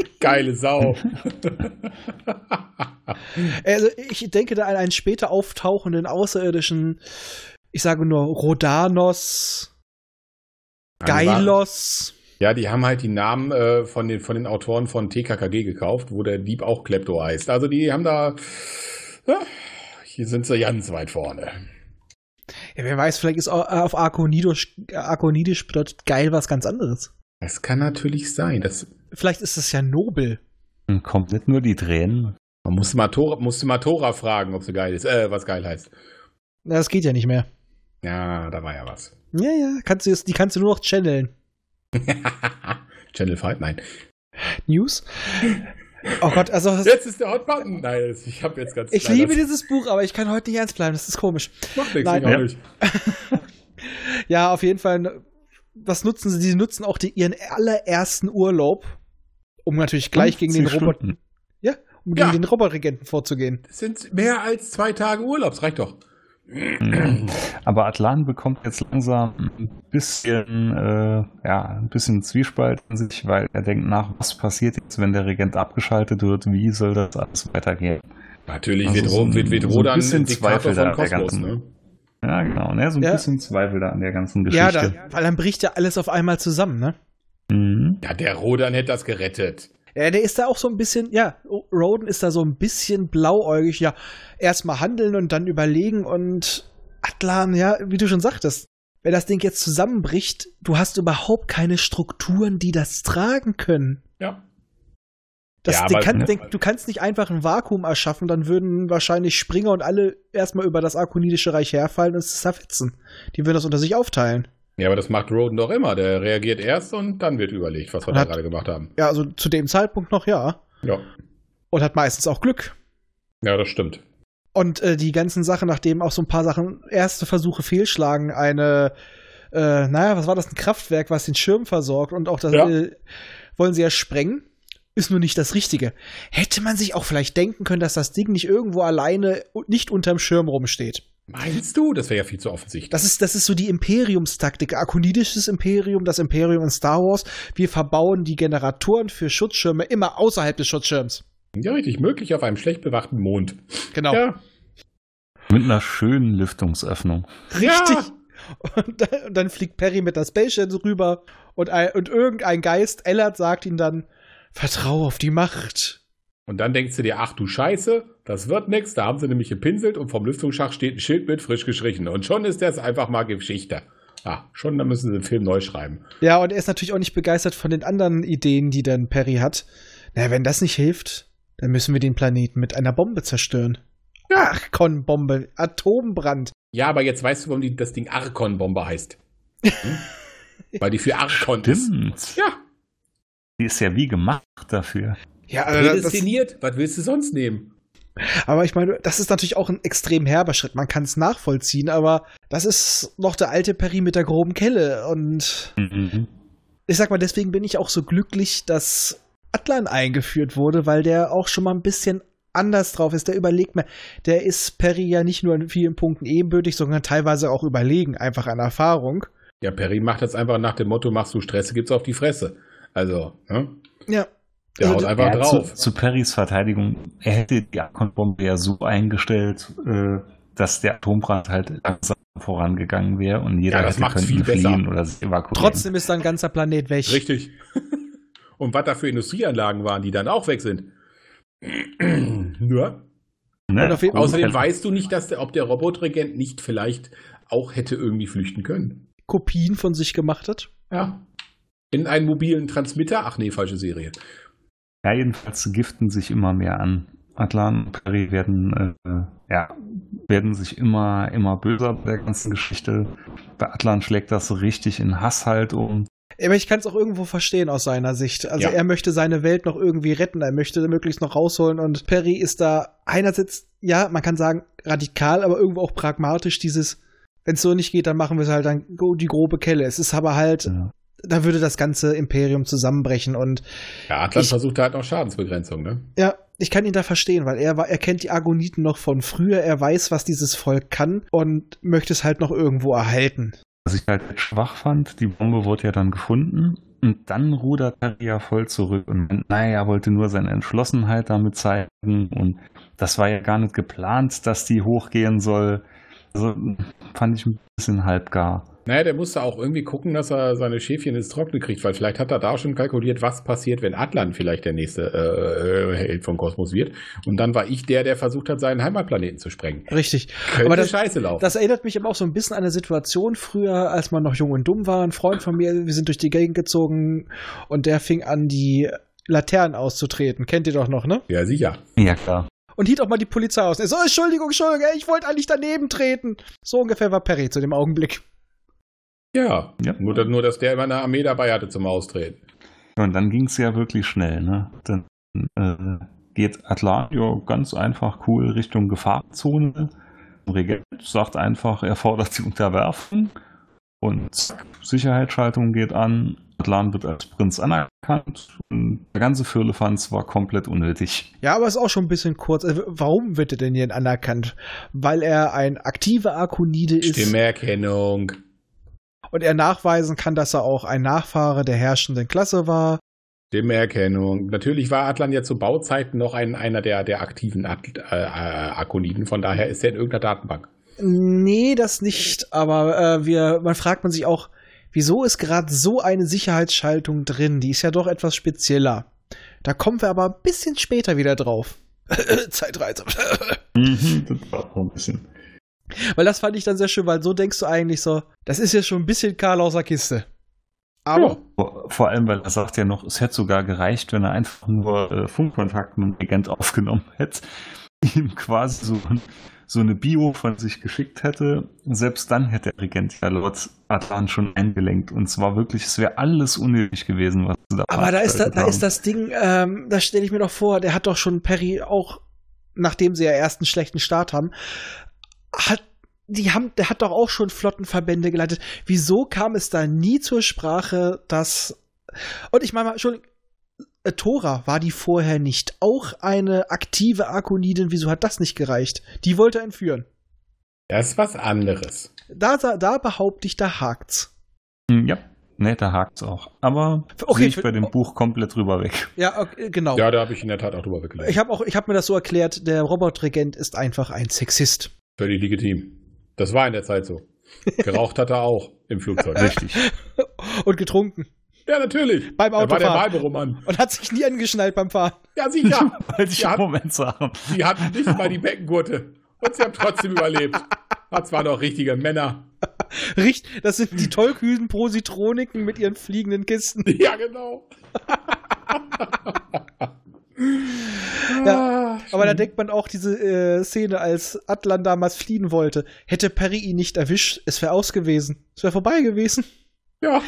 Speaker 2: (laughs) Geile Sau.
Speaker 1: Also ich denke da an einen später auftauchenden außerirdischen, ich sage nur Rodanos, Geilos.
Speaker 2: Ja, die haben halt die Namen äh, von, den, von den Autoren von TKKG gekauft, wo der Dieb auch Klepto heißt. Also die haben da... Ja, hier sind sie ganz weit vorne.
Speaker 1: Ja, wer weiß, vielleicht ist au- äh, auf Arkonidisch, Arkonidisch bedeutet geil was ganz anderes.
Speaker 2: Das kann natürlich sein. Das,
Speaker 1: Vielleicht ist es ja nobel.
Speaker 4: Und kommt nicht nur die Tränen.
Speaker 2: man musste mal, Tora, musste mal Tora fragen, ob sie geil ist. Äh, was geil heißt.
Speaker 1: Na, Das geht ja nicht mehr.
Speaker 2: Ja, da war ja was. (laughs)
Speaker 1: Ja, ja, kannst du jetzt, die kannst du nur noch channeln.
Speaker 2: Channel 5, nein. (laughs)
Speaker 1: News. Oh Gott, also das,
Speaker 2: Jetzt ist der Hot Button. Nein, das, ich habe jetzt ganz.
Speaker 1: ich
Speaker 2: nein,
Speaker 1: liebe
Speaker 2: das
Speaker 1: dieses Buch, aber ich kann heute nicht ernst bleiben. Das ist komisch.
Speaker 2: Macht nichts,
Speaker 1: Nein.
Speaker 2: ich auch
Speaker 4: Ja.
Speaker 2: nicht.
Speaker 1: Ja, auf jeden Fall. ne, Was nutzen sie? Sie nutzen auch die, ihren allerersten Urlaub, um natürlich gleich gegen den
Speaker 4: 50
Speaker 1: Robot,
Speaker 4: Stunden.
Speaker 1: um
Speaker 2: Hm, Ja.
Speaker 1: gegen den Robotregenten vorzugehen.
Speaker 2: Das sind mehr als zwei Tage Urlaubs, reicht doch.
Speaker 4: Aber Atlan bekommt jetzt langsam ein bisschen, äh, ja, ein bisschen Zwiespalt in sich, weil er denkt nach, was passiert jetzt, wenn der Regent abgeschaltet wird, wie soll das alles weitergehen?
Speaker 2: Natürlich
Speaker 4: Also
Speaker 2: wird,
Speaker 4: so
Speaker 2: Ro-
Speaker 4: ein-
Speaker 2: wird, wird
Speaker 4: so ein
Speaker 2: Rodan
Speaker 4: bisschen
Speaker 2: Diktator
Speaker 4: Zweifel da
Speaker 2: von
Speaker 4: an der
Speaker 2: Kosmos,
Speaker 4: ganzen-
Speaker 2: ne?
Speaker 4: Ja, genau, ne? so ein
Speaker 1: Ja.
Speaker 4: bisschen Zweifel da an der ganzen
Speaker 1: Ja,
Speaker 4: Geschichte.
Speaker 1: da, weil dann bricht ja alles auf einmal zusammen, ne?
Speaker 4: Mhm.
Speaker 2: Ja, der Rodan hätte das gerettet.
Speaker 1: Ja, Äh, der ist da auch so ein bisschen, ja, Roden ist da so ein bisschen blauäugig, ja, erstmal handeln und dann überlegen und Atlan, ja, wie du schon sagtest, wenn das Ding jetzt zusammenbricht, du hast überhaupt keine Strukturen, die das tragen können.
Speaker 2: Ja.
Speaker 1: Das,
Speaker 2: Ja,
Speaker 1: Ding
Speaker 2: aber-
Speaker 1: kann,
Speaker 2: ne?
Speaker 1: Ding, du kannst nicht einfach ein Vakuum erschaffen, dann würden wahrscheinlich Springer und alle erstmal über das Arkonidische Reich herfallen und es zerfetzen. Die würden das unter sich aufteilen.
Speaker 2: Ja, aber das macht Rodan doch immer. Der reagiert erst und dann wird überlegt, was wir da
Speaker 1: Hat-
Speaker 2: gerade gemacht haben.
Speaker 1: Ja, also zu dem Zeitpunkt noch ja.
Speaker 2: Ja.
Speaker 1: Und hat meistens auch Glück.
Speaker 2: Ja, das stimmt.
Speaker 1: Und äh, die ganzen Sachen, nachdem auch so ein paar Sachen erste Versuche fehlschlagen, eine, äh, naja, was war das, ein Kraftwerk, was den Schirm versorgt und auch das
Speaker 2: Ja.
Speaker 1: äh, wollen sie ja sprengen, ist nur nicht das Richtige. Hätte man sich auch vielleicht denken können, dass das Ding nicht irgendwo alleine, u- nicht unterm Schirm rumsteht.
Speaker 2: Meinst du? Das wäre ja viel zu offensichtlich.
Speaker 1: Das ist, das ist so die Imperiumstaktik. Akonidisches Imperium, das Imperium in Star Wars. Wir verbauen die Generatoren für Schutzschirme immer außerhalb des Schutzschirms.
Speaker 2: Ja, richtig. Möglich auf einem schlecht bewachten Mond.
Speaker 1: Genau.
Speaker 2: Ja.
Speaker 4: Mit einer schönen Lüftungsöffnung.
Speaker 1: Richtig. Und, dann- und dann fliegt Perry mit der Space Shuttle rüber und, ein, und irgendein Geist, Ellert, sagt ihm dann, vertrau auf die Macht.
Speaker 2: Und dann denkst du dir, ach du Scheiße, das wird nix. Da haben sie nämlich gepinselt und vom Lüftungsschacht steht ein Schild mit frisch gestrichen. Und schon ist das einfach mal Geschichte. Ah, schon, dann müssen sie den Film neu schreiben.
Speaker 1: Ja, und er ist natürlich auch nicht begeistert von den anderen Ideen, die dann Perry hat. Na, wenn das nicht hilft, dann müssen wir den Planeten mit einer Bombe zerstören. Ach, Kon-Bombe, Atombrand.
Speaker 2: Ja, aber jetzt weißt du, warum die, das Ding Arkon-Bombe heißt.
Speaker 4: (laughs)
Speaker 2: Hm? Weil die für Arkon ist.
Speaker 4: Stimmt.
Speaker 2: Ja,
Speaker 4: Die ist ja wie gemacht dafür.
Speaker 1: Ja,
Speaker 4: Äh,
Speaker 1: also das,
Speaker 2: prädestiniert. Was willst du sonst nehmen?
Speaker 1: aber ich meine, das ist natürlich auch ein extrem herber Schritt. Man kann es nachvollziehen, aber das ist noch der alte Perry mit der groben Kelle. Und
Speaker 4: Mhm.
Speaker 1: ich sag mal, deswegen bin ich auch so glücklich, dass Atlan eingeführt wurde, weil der auch schon mal ein bisschen anders drauf ist, der überlegt mehr. Der ist Perry ja nicht nur in vielen Punkten ebenbürtig, sondern teilweise auch überlegen, einfach an Erfahrung.
Speaker 2: Ja, Perry macht das einfach nach dem Motto, machst du Stress, gibt's auf die Fresse. Also, ne?
Speaker 1: Ja.
Speaker 2: Der
Speaker 1: Also
Speaker 2: haut
Speaker 1: d-
Speaker 2: einfach
Speaker 4: Ja, zu,
Speaker 2: drauf.
Speaker 4: zu Perrys Verteidigung, er hätte die Atombombe ja so eingestellt, äh, dass der Atombrand halt langsam vorangegangen wäre und jeder
Speaker 2: Ja, das
Speaker 4: hätte
Speaker 2: macht's
Speaker 4: können
Speaker 2: viel besser.
Speaker 4: fliehen oder sich evakuieren.
Speaker 1: Trotzdem ist dann ganzer Planet weg.
Speaker 2: Richtig. (laughs) Und was da für Industrieanlagen waren, die dann auch weg sind. (clears throat) Nur,
Speaker 4: ne?
Speaker 1: Und auf jeden-
Speaker 2: Außerdem
Speaker 4: weiß
Speaker 2: weißt du nicht, dass der, ob der Robotregent nicht vielleicht auch hätte irgendwie flüchten können.
Speaker 1: Kopien von sich gemacht hat.
Speaker 2: Ja. In einen mobilen Transmitter? Ach nee, falsche Serie.
Speaker 4: Ja, jedenfalls giften sich immer mehr an. Atlan und Perry werden, äh, ja, werden sich immer, immer böser bei der ganzen Geschichte. Bei Atlan schlägt das so richtig in Hass halt um.
Speaker 1: Aber ich kann es auch irgendwo verstehen aus seiner Sicht. Also
Speaker 2: Ja.
Speaker 1: er möchte seine Welt noch irgendwie retten, er möchte möglichst noch rausholen und Perry ist da einerseits, ja, man kann sagen radikal, aber irgendwo auch pragmatisch dieses, wenn es so nicht geht, dann machen wir es halt dann go- die grobe Kelle. Es ist aber halt,
Speaker 4: Ja.
Speaker 1: da würde das ganze Imperium zusammenbrechen und
Speaker 2: Ja, Atlas
Speaker 1: Ich-
Speaker 2: versucht halt noch Schadensbegrenzung, ne?
Speaker 1: ja, ich kann ihn da verstehen, weil er, war- er kennt die Argoniten noch von früher, er weiß, was dieses Volk kann und möchte es halt noch irgendwo erhalten.
Speaker 4: Was ich halt schwach fand, die Bombe wurde ja dann gefunden. Und dann rudert Perry ja voll zurück und meint, naja, er wollte nur seine Entschlossenheit damit zeigen. Und das war ja gar nicht geplant, dass die hochgehen soll. Also fand ich ein bisschen halbgar.
Speaker 2: Naja, der musste auch irgendwie gucken, dass er seine Schäfchen ins Trockene kriegt, weil vielleicht hat er da schon kalkuliert, was passiert, wenn Atlan vielleicht der nächste äh, Held vom Kosmos wird. Und dann war ich der, der versucht hat, seinen Heimatplaneten zu sprengen.
Speaker 1: Richtig.
Speaker 2: Könnte
Speaker 1: Aber das-
Speaker 2: scheiße laufen.
Speaker 1: Das erinnert mich aber auch so ein bisschen an eine Situation früher, als man noch jung und dumm war. Ein Freund von mir, wir sind durch die Gegend gezogen und der fing an, die Laternen auszutreten. Kennt ihr doch noch, ne?
Speaker 2: ja, sicher.
Speaker 4: Ja, klar.
Speaker 1: Und hielt auch mal die Polizei aus. Er so, Entschuldigung, Entschuldigung, ey, ich wollte eigentlich daneben treten. So ungefähr war Perry zu dem Augenblick.
Speaker 2: Ja.
Speaker 4: Ja.
Speaker 2: Nur, nur, dass der immer eine Armee dabei hatte zum Austreten.
Speaker 4: Ja, Und dann ging es ja wirklich schnell, ne? Dann äh, geht Atlan ja ganz einfach cool Richtung Gefahrzone. Regent sagt einfach, er fordert die Unterwerfung und zack, Sicherheitsschaltung geht an. Atlan wird als Prinz anerkannt und der ganze Firlefanz war komplett unnötig.
Speaker 1: Ja, aber ist auch schon ein bisschen kurz. Äh, Warum wird er denn hier anerkannt? Weil er ein aktiver Arkonide ist
Speaker 2: Stimmerkennung.
Speaker 1: und er nachweisen kann, dass er auch ein Nachfahre der herrschenden Klasse war.
Speaker 2: Stimmerkennung. Natürlich war Atlan ja zu Bauzeiten noch ein, einer der, der aktiven At äh, äh, Akoniden, von daher ist er in irgendeiner Datenbank.
Speaker 1: Nee, das nicht. Aber äh, wir, man fragt man sich auch, wieso ist gerade so eine Sicherheitsschaltung drin? Die ist ja doch etwas spezieller. Da kommen wir aber ein bisschen später wieder drauf. (coughs) Zeitreise.
Speaker 4: Mhm, das war auch ein bisschen.
Speaker 1: weil das fand ich dann sehr schön, weil so denkst du eigentlich so, das ist ja schon ein bisschen Karl aus der Kiste. Aber
Speaker 4: Vor vor allem, weil er sagt ja noch, es hätte sogar gereicht, wenn er einfach nur äh, Funkkontakt mit dem Regent aufgenommen hätte, (laughs) ihm quasi so, so eine Bio von sich geschickt hätte. Selbst dann hätte der Regent ja Lord Atlan schon eingelenkt. Und zwar wirklich, es wäre alles unnötig gewesen, was sie da
Speaker 1: Aber da ist, da, da
Speaker 4: veranstaltet
Speaker 1: ist das Ding, ähm, das stelle ich mir doch vor, der hat doch schon Perry auch, nachdem sie ja erst einen schlechten Start haben, hat, die haben, der hat doch auch schon Flottenverbände geleitet. Wieso kam es da nie zur Sprache, dass. Und ich meine mal, Entschuldigung, äh, Tora war die vorher nicht auch eine aktive Arkonidin, wieso hat das nicht gereicht? Die wollte er entführen.
Speaker 2: Das ist was anderes.
Speaker 1: Da, da, da behaupte ich, da hakt's.
Speaker 4: haben. Ja, ne, da hakt's auch. Aber
Speaker 1: Okay,
Speaker 4: sehe ich
Speaker 1: für-
Speaker 4: bei dem
Speaker 1: oh.
Speaker 4: Buch komplett drüber weg. (laughs)
Speaker 1: Ja, okay, genau.
Speaker 2: Ja, da habe ich in der Tat auch drüber gelernt.
Speaker 1: Ich habe auch, ich habe mir das so erklärt, der Robotregent ist einfach ein Sexist.
Speaker 2: Völlig legitim. Das war in der Zeit so. Geraucht hat er auch
Speaker 1: (laughs)
Speaker 2: im Flugzeug.
Speaker 4: Richtig.
Speaker 1: und getrunken
Speaker 2: Ja, natürlich.
Speaker 1: Beim
Speaker 2: Da war der
Speaker 1: Autofahren.
Speaker 2: Wahlbüromann.
Speaker 1: und hat sich nie angeschnallt beim Fahren.
Speaker 2: Ja, sicher.
Speaker 4: Wollte ich
Speaker 2: Ja.
Speaker 4: im Moment sagen.
Speaker 2: Die hatten nicht mal die Beckengurte. Und sie haben trotzdem überlebt. Das waren doch richtige Männer.
Speaker 1: Richt, das sind die tollkühlen Positroniken mit ihren fliegenden Kisten.
Speaker 2: Ja, genau.
Speaker 1: Ja, Aber da denkt man auch diese äh, Szene, als Atlan damals fliehen wollte. Hätte Perry ihn nicht erwischt, es wäre aus gewesen. Es wäre vorbei gewesen.
Speaker 2: Ja.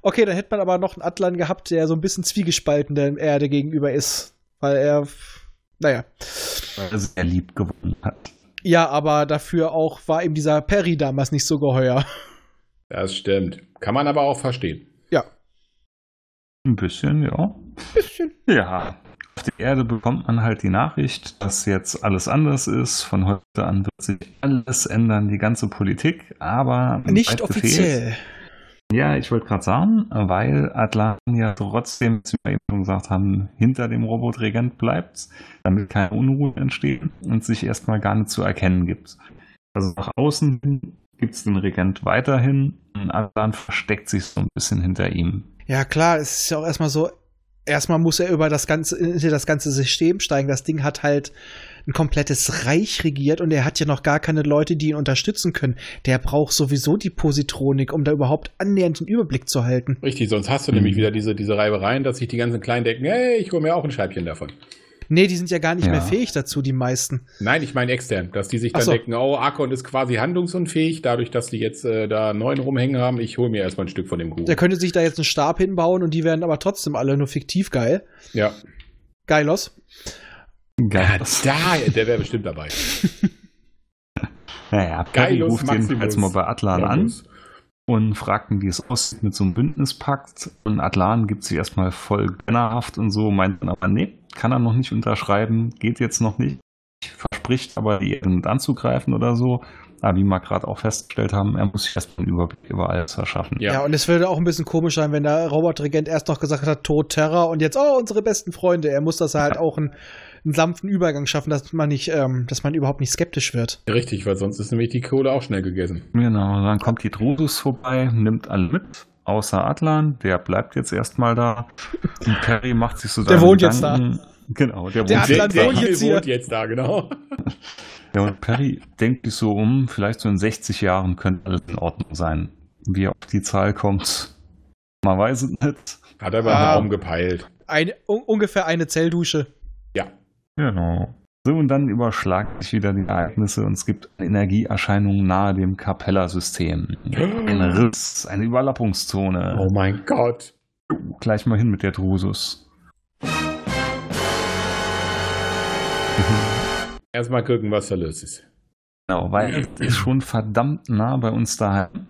Speaker 1: Okay, dann hätte man aber noch einen Atlan gehabt, der so ein bisschen zwiegespalten der Erde gegenüber ist. Weil er, naja.
Speaker 4: Weil er sehr lieb gewonnen hat.
Speaker 1: Ja, aber dafür auch war ihm dieser Perry damals nicht so geheuer.
Speaker 2: Das stimmt. Kann man aber auch verstehen.
Speaker 1: Ja.
Speaker 4: Ein bisschen, ja. Bisschen. Ja. Auf der Erde bekommt man halt die Nachricht, dass jetzt alles anders ist. Von heute an wird sich alles ändern, die ganze Politik, aber
Speaker 1: Nicht
Speaker 4: weit gefehlt-
Speaker 1: offiziell.
Speaker 4: Ja, ich wollte gerade sagen, weil Atlan ja trotzdem, wie wir eben schon gesagt haben, hinter dem Robotregent bleibt, damit keine Unruhen entstehen und sich erstmal gar nicht zu erkennen gibt. Also nach außen hin gibt es den Regent weiterhin und Atlan versteckt sich so ein bisschen hinter ihm.
Speaker 1: Ja, klar, es ist ja auch erstmal so, erstmal muss er über das ganze, hinter das ganze System steigen. Das Ding hat halt ein komplettes Reich regiert und er hat ja noch gar keine Leute, die ihn unterstützen können. Der braucht sowieso die Positronik, um da überhaupt annähernd einen Überblick zu halten.
Speaker 2: Richtig, sonst hast du
Speaker 4: Mhm.
Speaker 2: nämlich wieder diese, diese Reibereien, dass sich die ganzen Kleinen denken, hey, ich hole mir auch ein Scheibchen davon.
Speaker 1: Nee, die sind ja gar nicht
Speaker 4: Ja.
Speaker 1: mehr fähig dazu, die meisten.
Speaker 2: Nein, ich meine extern, dass die sich
Speaker 1: Ach
Speaker 2: dann
Speaker 1: so.
Speaker 2: denken, oh, Akon ist quasi handlungsunfähig, dadurch, dass die jetzt äh, da neun rumhängen haben, ich hole mir erstmal ein Stück von dem Kuchen.
Speaker 1: Der könnte sich da jetzt einen Stab hinbauen und die wären aber trotzdem alle nur fiktiv geil.
Speaker 2: Ja,
Speaker 1: Geilos.
Speaker 2: Ah,
Speaker 4: Geil.
Speaker 2: da, der wäre bestimmt dabei.
Speaker 4: Naja, Perry
Speaker 2: Geilus
Speaker 4: ruft
Speaker 2: Maximus.
Speaker 4: jedenfalls mal bei Atlan an
Speaker 2: Magnus.
Speaker 4: und fragt ihn, wie es aussieht mit so einem Bündnispakt. Und Atlan gibt sich erstmal voll gönnerhaft und so, meint dann aber, nee, kann er noch nicht unterschreiben, geht jetzt noch nicht. Verspricht aber, die Erde nicht anzugreifen oder so. Aber wie wir gerade auch festgestellt haben, er muss sich erstmal einen Überblick über alles verschaffen.
Speaker 1: Ja.
Speaker 2: Ja.
Speaker 1: und es würde auch ein bisschen komisch sein, wenn der Robotregent erst noch gesagt hat, Tod, Terror und jetzt, oh, unsere besten Freunde. Er muss das halt auch einen, einen sanften Übergang schaffen, dass man nicht, ähm, dass man überhaupt nicht skeptisch wird.
Speaker 2: Richtig, weil sonst ist nämlich die Kohle auch schnell gegessen.
Speaker 4: Genau, dann kommt die Drusus vorbei, nimmt alle mit, außer Atlan, der bleibt jetzt erstmal da. Und Perry macht sich so
Speaker 1: Der
Speaker 4: seine
Speaker 1: wohnt jetzt
Speaker 4: Gedanken. Genau, der wohnt
Speaker 1: Der Atlan
Speaker 4: jetzt da.
Speaker 1: wohnt jetzt hier.
Speaker 2: wohnt jetzt da, genau.
Speaker 4: Ja, und Perry denkt sich so um, vielleicht so in 60 Jahren könnte alles in Ordnung sein. Wie er auf die Zahl kommt, man weiß es nicht.
Speaker 2: Hat er über
Speaker 1: Ah.
Speaker 2: den Raum gepeilt.
Speaker 1: Eine, un ungefähr eine Zelldusche.
Speaker 2: Ja.
Speaker 4: Genau. So, und dann überschlagen sich wieder die Ereignisse und es gibt eine Energieerscheinung nahe dem Capella-System. Ein Riss, eine Überlappungszone.
Speaker 2: Oh mein Gott.
Speaker 4: Gleich mal hin mit der Drusus.
Speaker 2: Erstmal gucken, was da los ist.
Speaker 4: Genau, weil es ist schon verdammt nah bei uns daheim.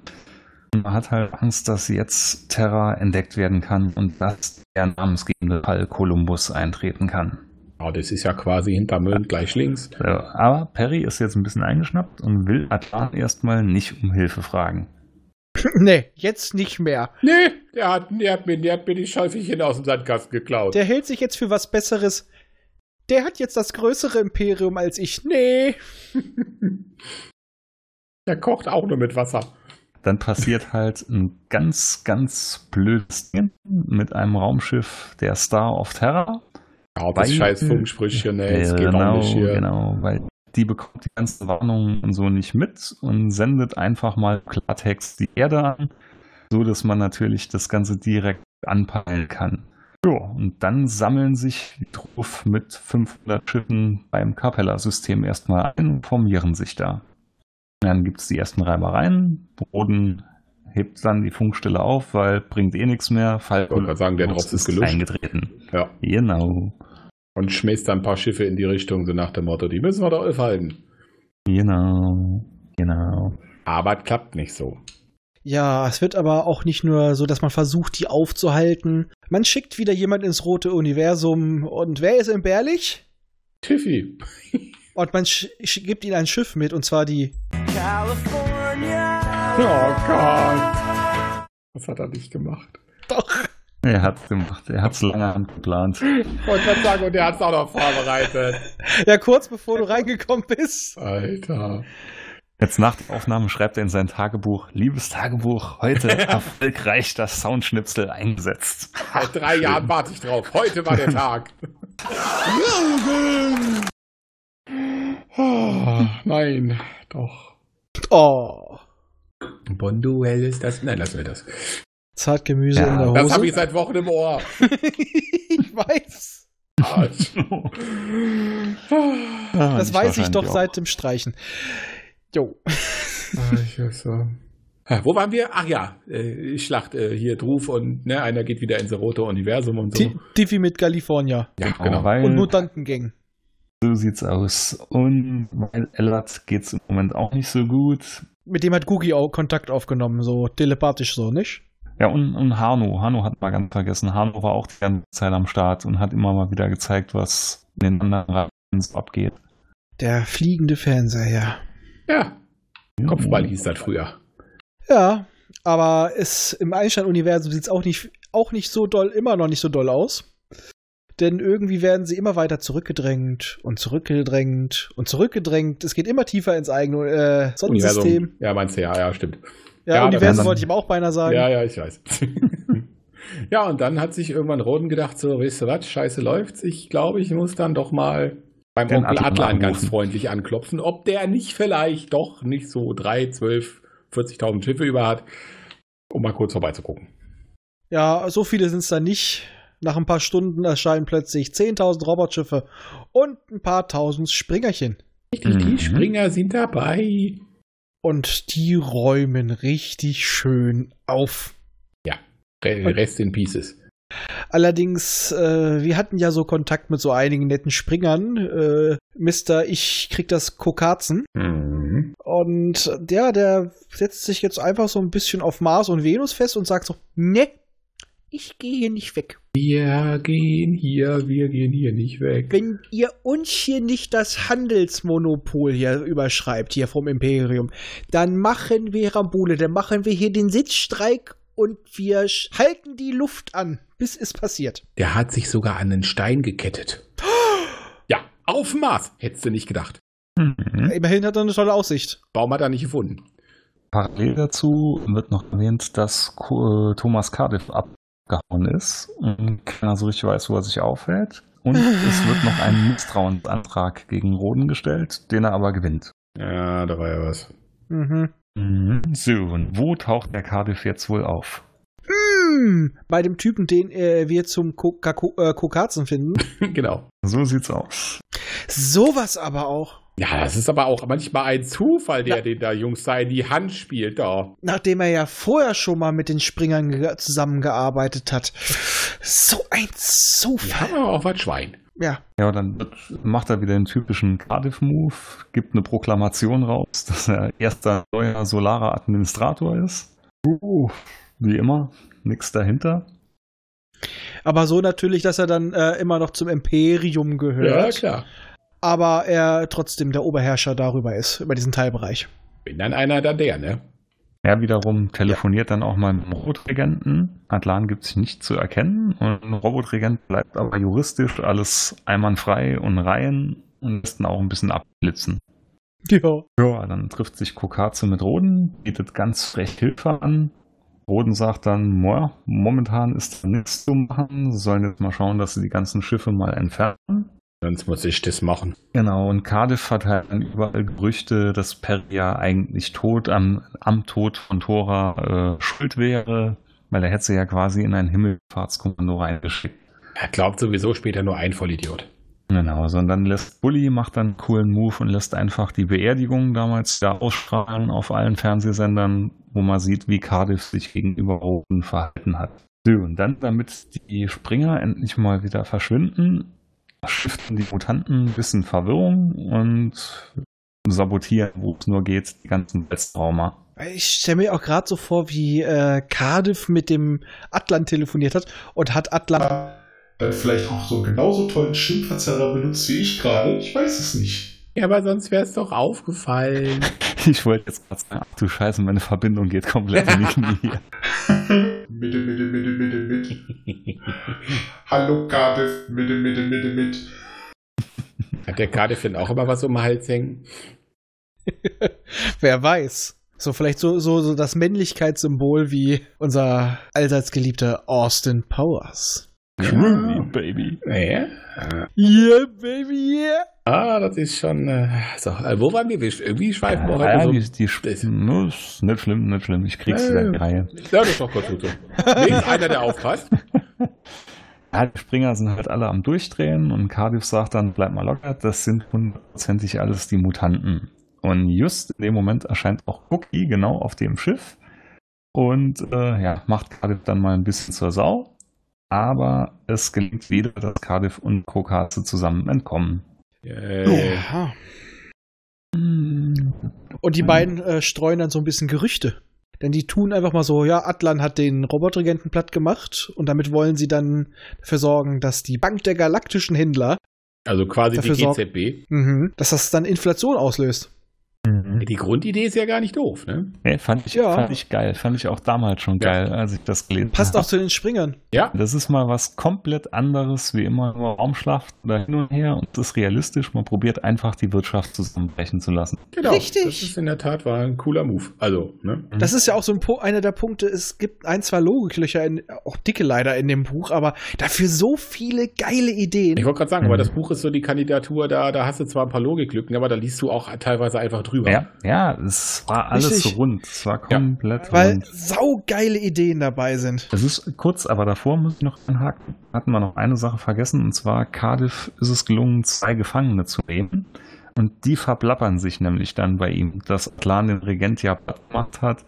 Speaker 4: Und man hat halt Angst, dass jetzt Terra entdeckt werden kann und dass der namensgebende Fall Kolumbus eintreten kann.
Speaker 2: Ah, das ist ja quasi hinter Mölln gleich links.
Speaker 4: So, aber Perry ist jetzt ein bisschen eingeschnappt und will Atlan erstmal nicht um Hilfe fragen.
Speaker 1: (clears throat) nee, jetzt nicht mehr.
Speaker 2: Nee, der hat, der hat, mir, der hat mir die Schäufelchen aus dem Sandkasten geklaut.
Speaker 1: Der hält sich jetzt für was Besseres. Der hat jetzt das größere Imperium als ich. Nee.
Speaker 2: der kocht auch nur mit Wasser.
Speaker 4: Dann passiert halt ein ganz, ganz blödes Ding mit einem Raumschiff der Star of Terra.
Speaker 2: Ja, das
Speaker 4: Weil-
Speaker 2: scheiß Funksprüchchen, ey. Es geht auch nicht hier.
Speaker 4: genau, weil die bekommt die ganzen Warnungen und so nicht mit und sendet einfach mal Klartext die Erde an, so dass man natürlich das Ganze direkt anpeilen kann. Ja, und dann sammeln sich die Truff mit 500 Schiffen beim Capella-System erstmal ein und formieren sich da. Und dann gibt es die ersten Reibereien. Boden hebt dann die Funkstelle auf, weil bringt eh nichts mehr. Fall
Speaker 2: wollte gerade sagen, der Drops ist gelutscht.
Speaker 4: eingetreten.
Speaker 2: Ja.
Speaker 4: Genau.
Speaker 2: Und schmeißt da ein paar Schiffe in die Richtung, so nach dem Motto, die müssen wir doch aufhalten.
Speaker 4: Genau, genau.
Speaker 2: Aber es klappt nicht so.
Speaker 1: Ja, es wird aber auch nicht nur so, dass man versucht, die aufzuhalten. Man schickt wieder jemand ins rote Universum. Und wer ist entbehrlich?
Speaker 2: Tiffy.
Speaker 1: Und man sch sch- gibt ihnen ein Schiff mit, und zwar die
Speaker 2: Oh Gott. Was hat er nicht gemacht?
Speaker 1: Doch.
Speaker 4: Er hat's gemacht, er hat's lange angeplant.
Speaker 2: Wollte gerade sagen, und der hat es auch noch vorbereitet.
Speaker 1: Ja, kurz bevor du reingekommen bist.
Speaker 2: Alter.
Speaker 4: Jetzt nach der Aufnahme schreibt er in sein Tagebuch, liebes Tagebuch, heute
Speaker 1: (laughs)
Speaker 4: erfolgreich das Soundschnipsel eingesetzt.
Speaker 2: Seit drei Jahren warte ich drauf. Heute
Speaker 4: (laughs)
Speaker 2: war der Tag. Oh, nein, doch.
Speaker 1: Oh.
Speaker 2: Bonduell ist das. Nein, lassen wir das.
Speaker 1: Zartgemüse
Speaker 4: Ja,
Speaker 1: in der Hose.
Speaker 2: Das habe ich seit Wochen im Ohr.
Speaker 1: (laughs) ich weiß.
Speaker 4: Ah,
Speaker 1: Das weiß ich doch seit dem Streichen. Jo.
Speaker 2: Ah, Wo waren wir? Ach ja, äh, Schlacht äh, hier Druf und ne, einer geht wieder ins rote Universum und so.
Speaker 1: Ti- Tiffy mit California.
Speaker 2: Ja,
Speaker 4: Genau, weil
Speaker 1: Und Mutantengang.
Speaker 4: so sieht's aus. Und weil Ellert geht's im Moment auch nicht so gut.
Speaker 1: Mit dem hat Gugi auch Kontakt aufgenommen, so telepathisch so, nicht?
Speaker 4: Ja, und, und Hanno. Hanno hat mal ganz vergessen. Hanno war auch die ganze Zeit am Start und hat immer mal wieder gezeigt, was in den anderen Reihen so abgeht.
Speaker 1: Der fliegende Fernseher, ja.
Speaker 2: Ja, Kopfball hieß das früher.
Speaker 1: Ja, aber es, im Einstein-Universum sieht es auch nicht, auch nicht so doll, immer noch nicht so doll aus. Denn irgendwie werden sie immer weiter zurückgedrängt und zurückgedrängt und zurückgedrängt. Es geht immer tiefer ins eigene äh, Sonnensystem.
Speaker 2: Ja, meinst du, ja, ja, stimmt.
Speaker 1: Ja,
Speaker 2: Ja,
Speaker 1: Universum
Speaker 4: dann-
Speaker 1: wollte ich aber auch beinahe sagen.
Speaker 2: Ja, ja, ich weiß. (laughs) ja, und dann hat sich irgendwann Roden gedacht, so, weißt du was, scheiße läuft's. Ich glaube, ich muss dann doch mal beim
Speaker 4: Den
Speaker 2: Onkel
Speaker 4: Adlan
Speaker 2: Adlan ganz
Speaker 4: anrufen.
Speaker 2: freundlich anklopfen, ob der nicht vielleicht doch nicht so 3, 12, 40.000 Schiffe über hat, um mal kurz vorbeizugucken.
Speaker 1: Ja, so viele sind es dann nicht. Nach ein paar Stunden erscheinen plötzlich 10.000 Robotschiffe und ein paar tausend Springerchen.
Speaker 2: Die
Speaker 4: Mhm.
Speaker 2: Springer sind dabei.
Speaker 1: Und die räumen richtig schön auf.
Speaker 2: Re- Rest in Pieces.
Speaker 1: Allerdings, äh, wir hatten ja so Kontakt mit so einigen netten Springern. Äh, Mister, ich krieg das Kokazen.
Speaker 2: Mhm.
Speaker 1: Und äh, ja, der setzt sich jetzt einfach so ein bisschen auf Mars und Venus fest und sagt so, ne, ich gehe hier nicht weg.
Speaker 2: Wir gehen hier, wir gehen hier nicht weg.
Speaker 1: Wenn ihr uns hier nicht das Handelsmonopol hier überschreibt, hier vom Imperium, dann machen wir Rambule, dann machen wir hier den Sitzstreik und wir sch- halten die Luft an, bis es passiert.
Speaker 2: Der hat sich sogar an einen Stein
Speaker 4: (gasps)
Speaker 2: gekettet. Ja, auf dem Mars. Hättest du nicht gedacht.
Speaker 4: Mhm.
Speaker 1: Immerhin hat er eine tolle Aussicht.
Speaker 2: Baum hat er nicht gefunden.
Speaker 4: Parallel dazu wird noch erwähnt, dass Ko- äh, Thomas Cardiff abgehauen ist und keiner so richtig weiß, wo er sich aufhält. Und es wird noch ein Misstrauensantrag gegen Roden gestellt, den er aber gewinnt.
Speaker 2: Ja, da war ja was.
Speaker 1: Mhm.
Speaker 4: Mhm. So, und wo taucht der Cardiff jetzt wohl auf?
Speaker 1: Hm, bei dem Typen, den äh, wir zum Ko- Kako- äh, Kokazen finden.
Speaker 2: (laughs) genau.
Speaker 4: So sieht's aus.
Speaker 1: (laughs) Sowas aber auch.
Speaker 2: Ja, das ist aber auch manchmal ein Zufall, der den da Jungs da in die Hand spielt. Da.
Speaker 1: Nachdem er ja vorher schon mal mit den Springern ge- zusammengearbeitet hat. So ein Zufall.
Speaker 2: Ja, auch was Schwein.
Speaker 1: Ja.
Speaker 4: Ja, dann wird, macht er wieder den typischen Cardiff-Move, gibt eine Proklamation raus, dass er erster neuer solarer Administrator ist. Uh, wie immer, nichts dahinter.
Speaker 1: Aber so natürlich, dass er dann äh, immer noch zum Imperium
Speaker 2: Ja,
Speaker 1: gehört.
Speaker 2: klar.
Speaker 1: aber er trotzdem der Oberherrscher darüber ist, über diesen Teilbereich.
Speaker 2: Bin dann einer dann der, ne?
Speaker 4: Er wiederum telefoniert dann auch mal mit dem Robotregenten. Adlan gibt sich nicht zu erkennen und Robotregent bleibt aber juristisch alles einwandfrei und rein und lässt ihn auch ein bisschen abblitzen.
Speaker 1: Ja.
Speaker 4: Ja, dann trifft sich Kokaze mit Roden, bietet ganz frech Hilfe an. Roden sagt dann, "Moja, momentan ist da nichts zu machen, sie sollen jetzt mal schauen, dass sie die ganzen Schiffe mal entfernen.
Speaker 2: Sonst muss ich das machen.
Speaker 4: Genau, und Cardiff hat halt dann überall Gerüchte, dass Peria eigentlich tot am, am Tod von Thora äh, schuld wäre, weil er hätte sie ja quasi in ein Himmelfahrtskommando reingeschickt.
Speaker 2: Er glaubt sowieso später nur ein Vollidiot.
Speaker 4: Genau, sondern lässt Bully, macht dann einen coolen Move und lässt einfach die Beerdigung damals da ausstrahlen auf allen Fernsehsendern, wo man sieht, wie Cardiff sich gegenüber Roten verhalten hat. So, und dann, damit die Springer endlich mal wieder verschwinden, stiften die Mutanten ein bisschen Verwirrung und sabotieren, wo es nur geht, die ganzen Westraumer.
Speaker 1: Ich stelle mir auch gerade so vor, wie äh, Cardiff mit dem Atlan telefoniert hat und hat Atlan.
Speaker 5: Äh, vielleicht auch so genauso tollen Stimmverzerrer benutzt wie ich gerade. Ich weiß es nicht.
Speaker 2: Ja, aber sonst wäre es doch (laughs) aufgefallen.
Speaker 4: Ich wollte jetzt gerade sagen, ach du Scheiße, meine Verbindung geht komplett in die Knie.
Speaker 5: Mitte, Mitte, Mitte, Mitte, mit. Hallo Cardiff, Mitte, Mitte, Mitte, mit.
Speaker 2: Hat der Cardiff denn auch immer was um den Hals hängen?
Speaker 1: Wer weiß. So vielleicht so, so, so das Männlichkeitssymbol wie unser allseits geliebter Austin Powers.
Speaker 4: Truly, Baby.
Speaker 2: Ja.
Speaker 1: Yeah, baby, yeah.
Speaker 2: Ah, das ist schon. Äh, so, äh, wo waren wir? Wir sch- irgendwie schweifen wir heute
Speaker 4: ja,
Speaker 2: so.
Speaker 4: die, die
Speaker 2: das-
Speaker 4: Sp- ne, ist nicht schlimm, nicht schlimm. Ich krieg's wieder in die Reihe.
Speaker 2: Ja, das ist doch kurz (laughs) gut so. Nee, ist einer, der aufpasst.
Speaker 4: Ja, die Springer sind halt alle am Durchdrehen und Cardiff sagt dann, bleib mal locker, das sind hundertprozentig alles die Mutanten. Und just in dem Moment erscheint auch Cookie genau auf dem Schiff und äh, ja, macht Cardiff dann mal ein bisschen zur Sau. Aber es gelingt wieder, dass Cardiff und Krokaze zusammen entkommen.
Speaker 2: Äh,
Speaker 1: Ja. Und die beiden äh, streuen dann so ein bisschen Gerüchte. Denn die tun einfach mal so, ja, Atlan hat den Robotregenten platt gemacht und damit wollen sie dann dafür sorgen, dass die Bank der galaktischen Händler,
Speaker 2: Also quasi die
Speaker 1: Dafür sorgt-
Speaker 2: GZB.
Speaker 1: mhm, dass das dann Inflation auslöst.
Speaker 4: Mhm.
Speaker 2: Die Grundidee ist ja gar nicht doof, ne?
Speaker 4: Nee, fand, ich,
Speaker 1: Ja.
Speaker 4: fand ich geil. Fand ich auch damals schon
Speaker 2: Ja.
Speaker 4: geil, als ich das gelesen
Speaker 1: Passt auch
Speaker 4: habe.
Speaker 1: zu den Springern.
Speaker 2: Ja.
Speaker 4: Das ist mal was komplett anderes, wie immer nur Raumschlacht oder hin und her und das ist realistisch. Man probiert einfach die Wirtschaft zusammenbrechen zu lassen.
Speaker 2: Genau.
Speaker 1: Richtig.
Speaker 2: Das ist in der Tat war ein cooler Move. Also, ne?
Speaker 1: Das ist ja auch so ein po einer der Punkte. Es gibt ein, zwei Logiklöcher, in, auch dicke leider in dem Buch, aber dafür so viele geile
Speaker 2: Ich
Speaker 1: Ideen.
Speaker 2: wollte gerade sagen,
Speaker 4: Mhm.
Speaker 2: aber das Buch ist so die Kandidatur, da, da hast du zwar ein paar Logiklücken, aber da liest du auch teilweise einfach drüber.
Speaker 4: Ja, ja, es war alles
Speaker 1: Richtig.
Speaker 4: so rund. Es war komplett
Speaker 1: Weil
Speaker 4: rund.
Speaker 1: saugeile Ideen dabei sind.
Speaker 4: Es ist kurz, aber davor muss ich noch anhaken. Hatten wir noch eine Sache vergessen und zwar Cardiff ist es gelungen, zwei Gefangene zu nehmen. Und die verblappern sich nämlich dann bei ihm, dass Atlan den Regent ja platt gemacht hat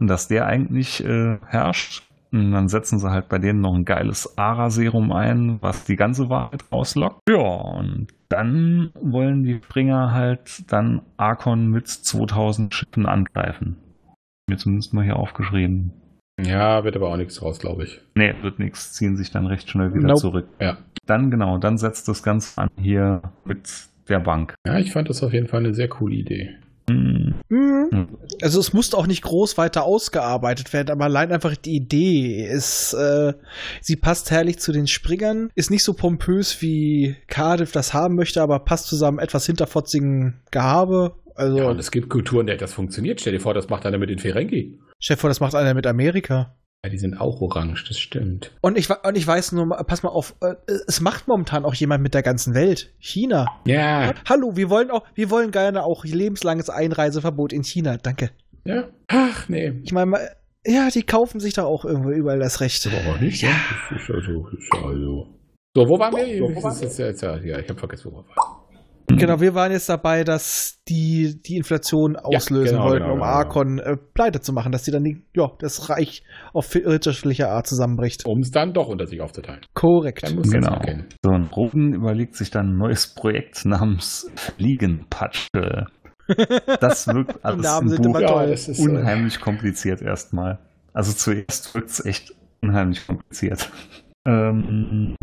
Speaker 4: und dass der eigentlich äh, herrscht. Und dann setzen sie halt bei denen noch ein geiles Ara-Serum ein, was die ganze Wahrheit rauslockt. Ja, und dann wollen die Springer halt dann Arkon mit 2000 Schiffen angreifen. Mir zumindest mal hier aufgeschrieben.
Speaker 2: ja wird aber auch nichts raus, glaube ich.
Speaker 4: Nee, wird nichts, ziehen sich dann recht schnell wieder
Speaker 1: Nope.
Speaker 4: zurück.
Speaker 2: Ja.
Speaker 4: Dann genau, dann setzt das Ganze an hier mit der Bank.
Speaker 2: Ja, ich fand das auf jeden Fall eine sehr coole Idee.
Speaker 4: Hm,
Speaker 1: Mhm.
Speaker 4: hm.
Speaker 1: Also es musste auch nicht groß weiter ausgearbeitet werden, aber allein einfach die Idee ist, äh, sie passt herrlich zu den Springern, ist nicht so pompös wie Cardiff das haben möchte, aber passt zu seinem etwas hinterfotzigen Gehabe. Also,
Speaker 2: Ja, und es gibt Kulturen, der das funktioniert. Stell dir vor, das macht einer mit den Ferengi.
Speaker 1: stell dir vor, das macht einer mit Amerika.
Speaker 2: Ja, die sind auch orange, das stimmt.
Speaker 1: Und ich, wa- und ich weiß nur, mal- pass mal auf, äh, es macht momentan auch jemand mit der ganzen Welt. China.
Speaker 2: Ja,
Speaker 1: Hallo, wir wollen auch, wir wollen gerne auch lebenslanges Einreiseverbot in China. Danke.
Speaker 2: ja. Ach, nee.
Speaker 1: Ich meine, mal, ja, die kaufen sich da auch irgendwo überall das Recht.
Speaker 2: Aber auch nicht. Ja. Das ist also, ist also. So, wo waren wir? So, wo waren wir? Jetzt, jetzt, ja, ja, ich habe vergessen, wo wir waren.
Speaker 1: Genau, wir waren jetzt dabei, dass die die Inflation auslösen
Speaker 2: genau,
Speaker 1: wollten,
Speaker 2: genau,
Speaker 1: um
Speaker 2: genau.
Speaker 1: Arkon äh, pleite zu machen, dass die dann die, ja, das Reich auf wirtschaftliche Art zusammenbricht.
Speaker 2: Um es dann doch unter sich aufzuteilen.
Speaker 1: Korrekt.
Speaker 2: Dann muss
Speaker 4: Genau.
Speaker 2: das erkennen.
Speaker 4: So, und Ruben überlegt sich dann ein neues Projekt namens Fliegenpatsche.
Speaker 1: (laughs)
Speaker 4: Das wirkt alles
Speaker 1: Namen
Speaker 4: im
Speaker 1: sind
Speaker 4: Buch
Speaker 1: immer toll.
Speaker 2: das ist äh,
Speaker 4: unheimlich kompliziert erstmal. Also zuerst wirkt es echt unheimlich kompliziert. (laughs) Ähm,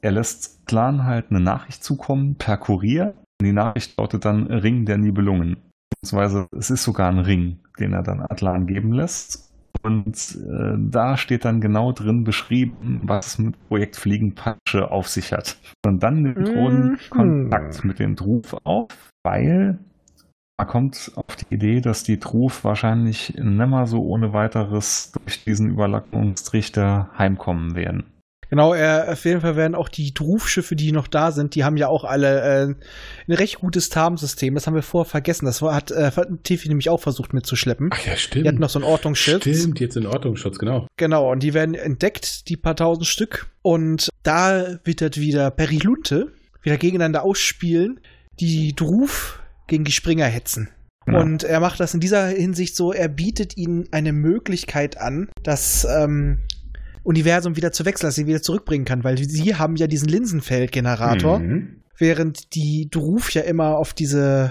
Speaker 4: er lässt Clan halt eine Nachricht zukommen per Kurier. Die Nachricht lautet dann Ring der Nibelungen. Beziehungsweise es ist sogar ein Ring, den er dann Atlan geben lässt. Und äh, da steht dann genau drin beschrieben, was es mit Projekt Fliegenpatsche auf sich hat. Und dann nimmt Roden
Speaker 1: Mhm.
Speaker 4: Kontakt mit dem Druf auf, weil man kommt auf die Idee, dass die Truf wahrscheinlich nimmer so ohne weiteres durch diesen Überlappungstrichter heimkommen werden.
Speaker 1: Genau, äh, auf jeden Fall werden auch die Drufschiffe, die noch da sind, die haben ja auch alle äh, ein recht gutes Tarnsystem. Das haben wir vorher vergessen. Das war, hat äh, Tiffy nämlich auch versucht mitzuschleppen.
Speaker 2: Ach
Speaker 1: Die
Speaker 2: ja,
Speaker 1: hatten
Speaker 2: stimmt.
Speaker 1: noch so ein Ordnungsschiff.
Speaker 2: äh, Stimmt, jetzt in Ordnungsschutz, genau.
Speaker 1: Genau, und die werden entdeckt, die paar tausend Stück. Und da wittert wieder Perilunte, wieder gegeneinander ausspielen, die Druf gegen die Springer hetzen.
Speaker 4: Ja.
Speaker 1: Und er macht das in dieser Hinsicht so, er bietet ihnen eine Möglichkeit an, das ähm, Universum wieder zu wechseln, dass sie wieder zurückbringen kann, weil sie haben ja diesen Linsenfeldgenerator,
Speaker 2: Mhm.
Speaker 1: während die Druf ja immer auf diese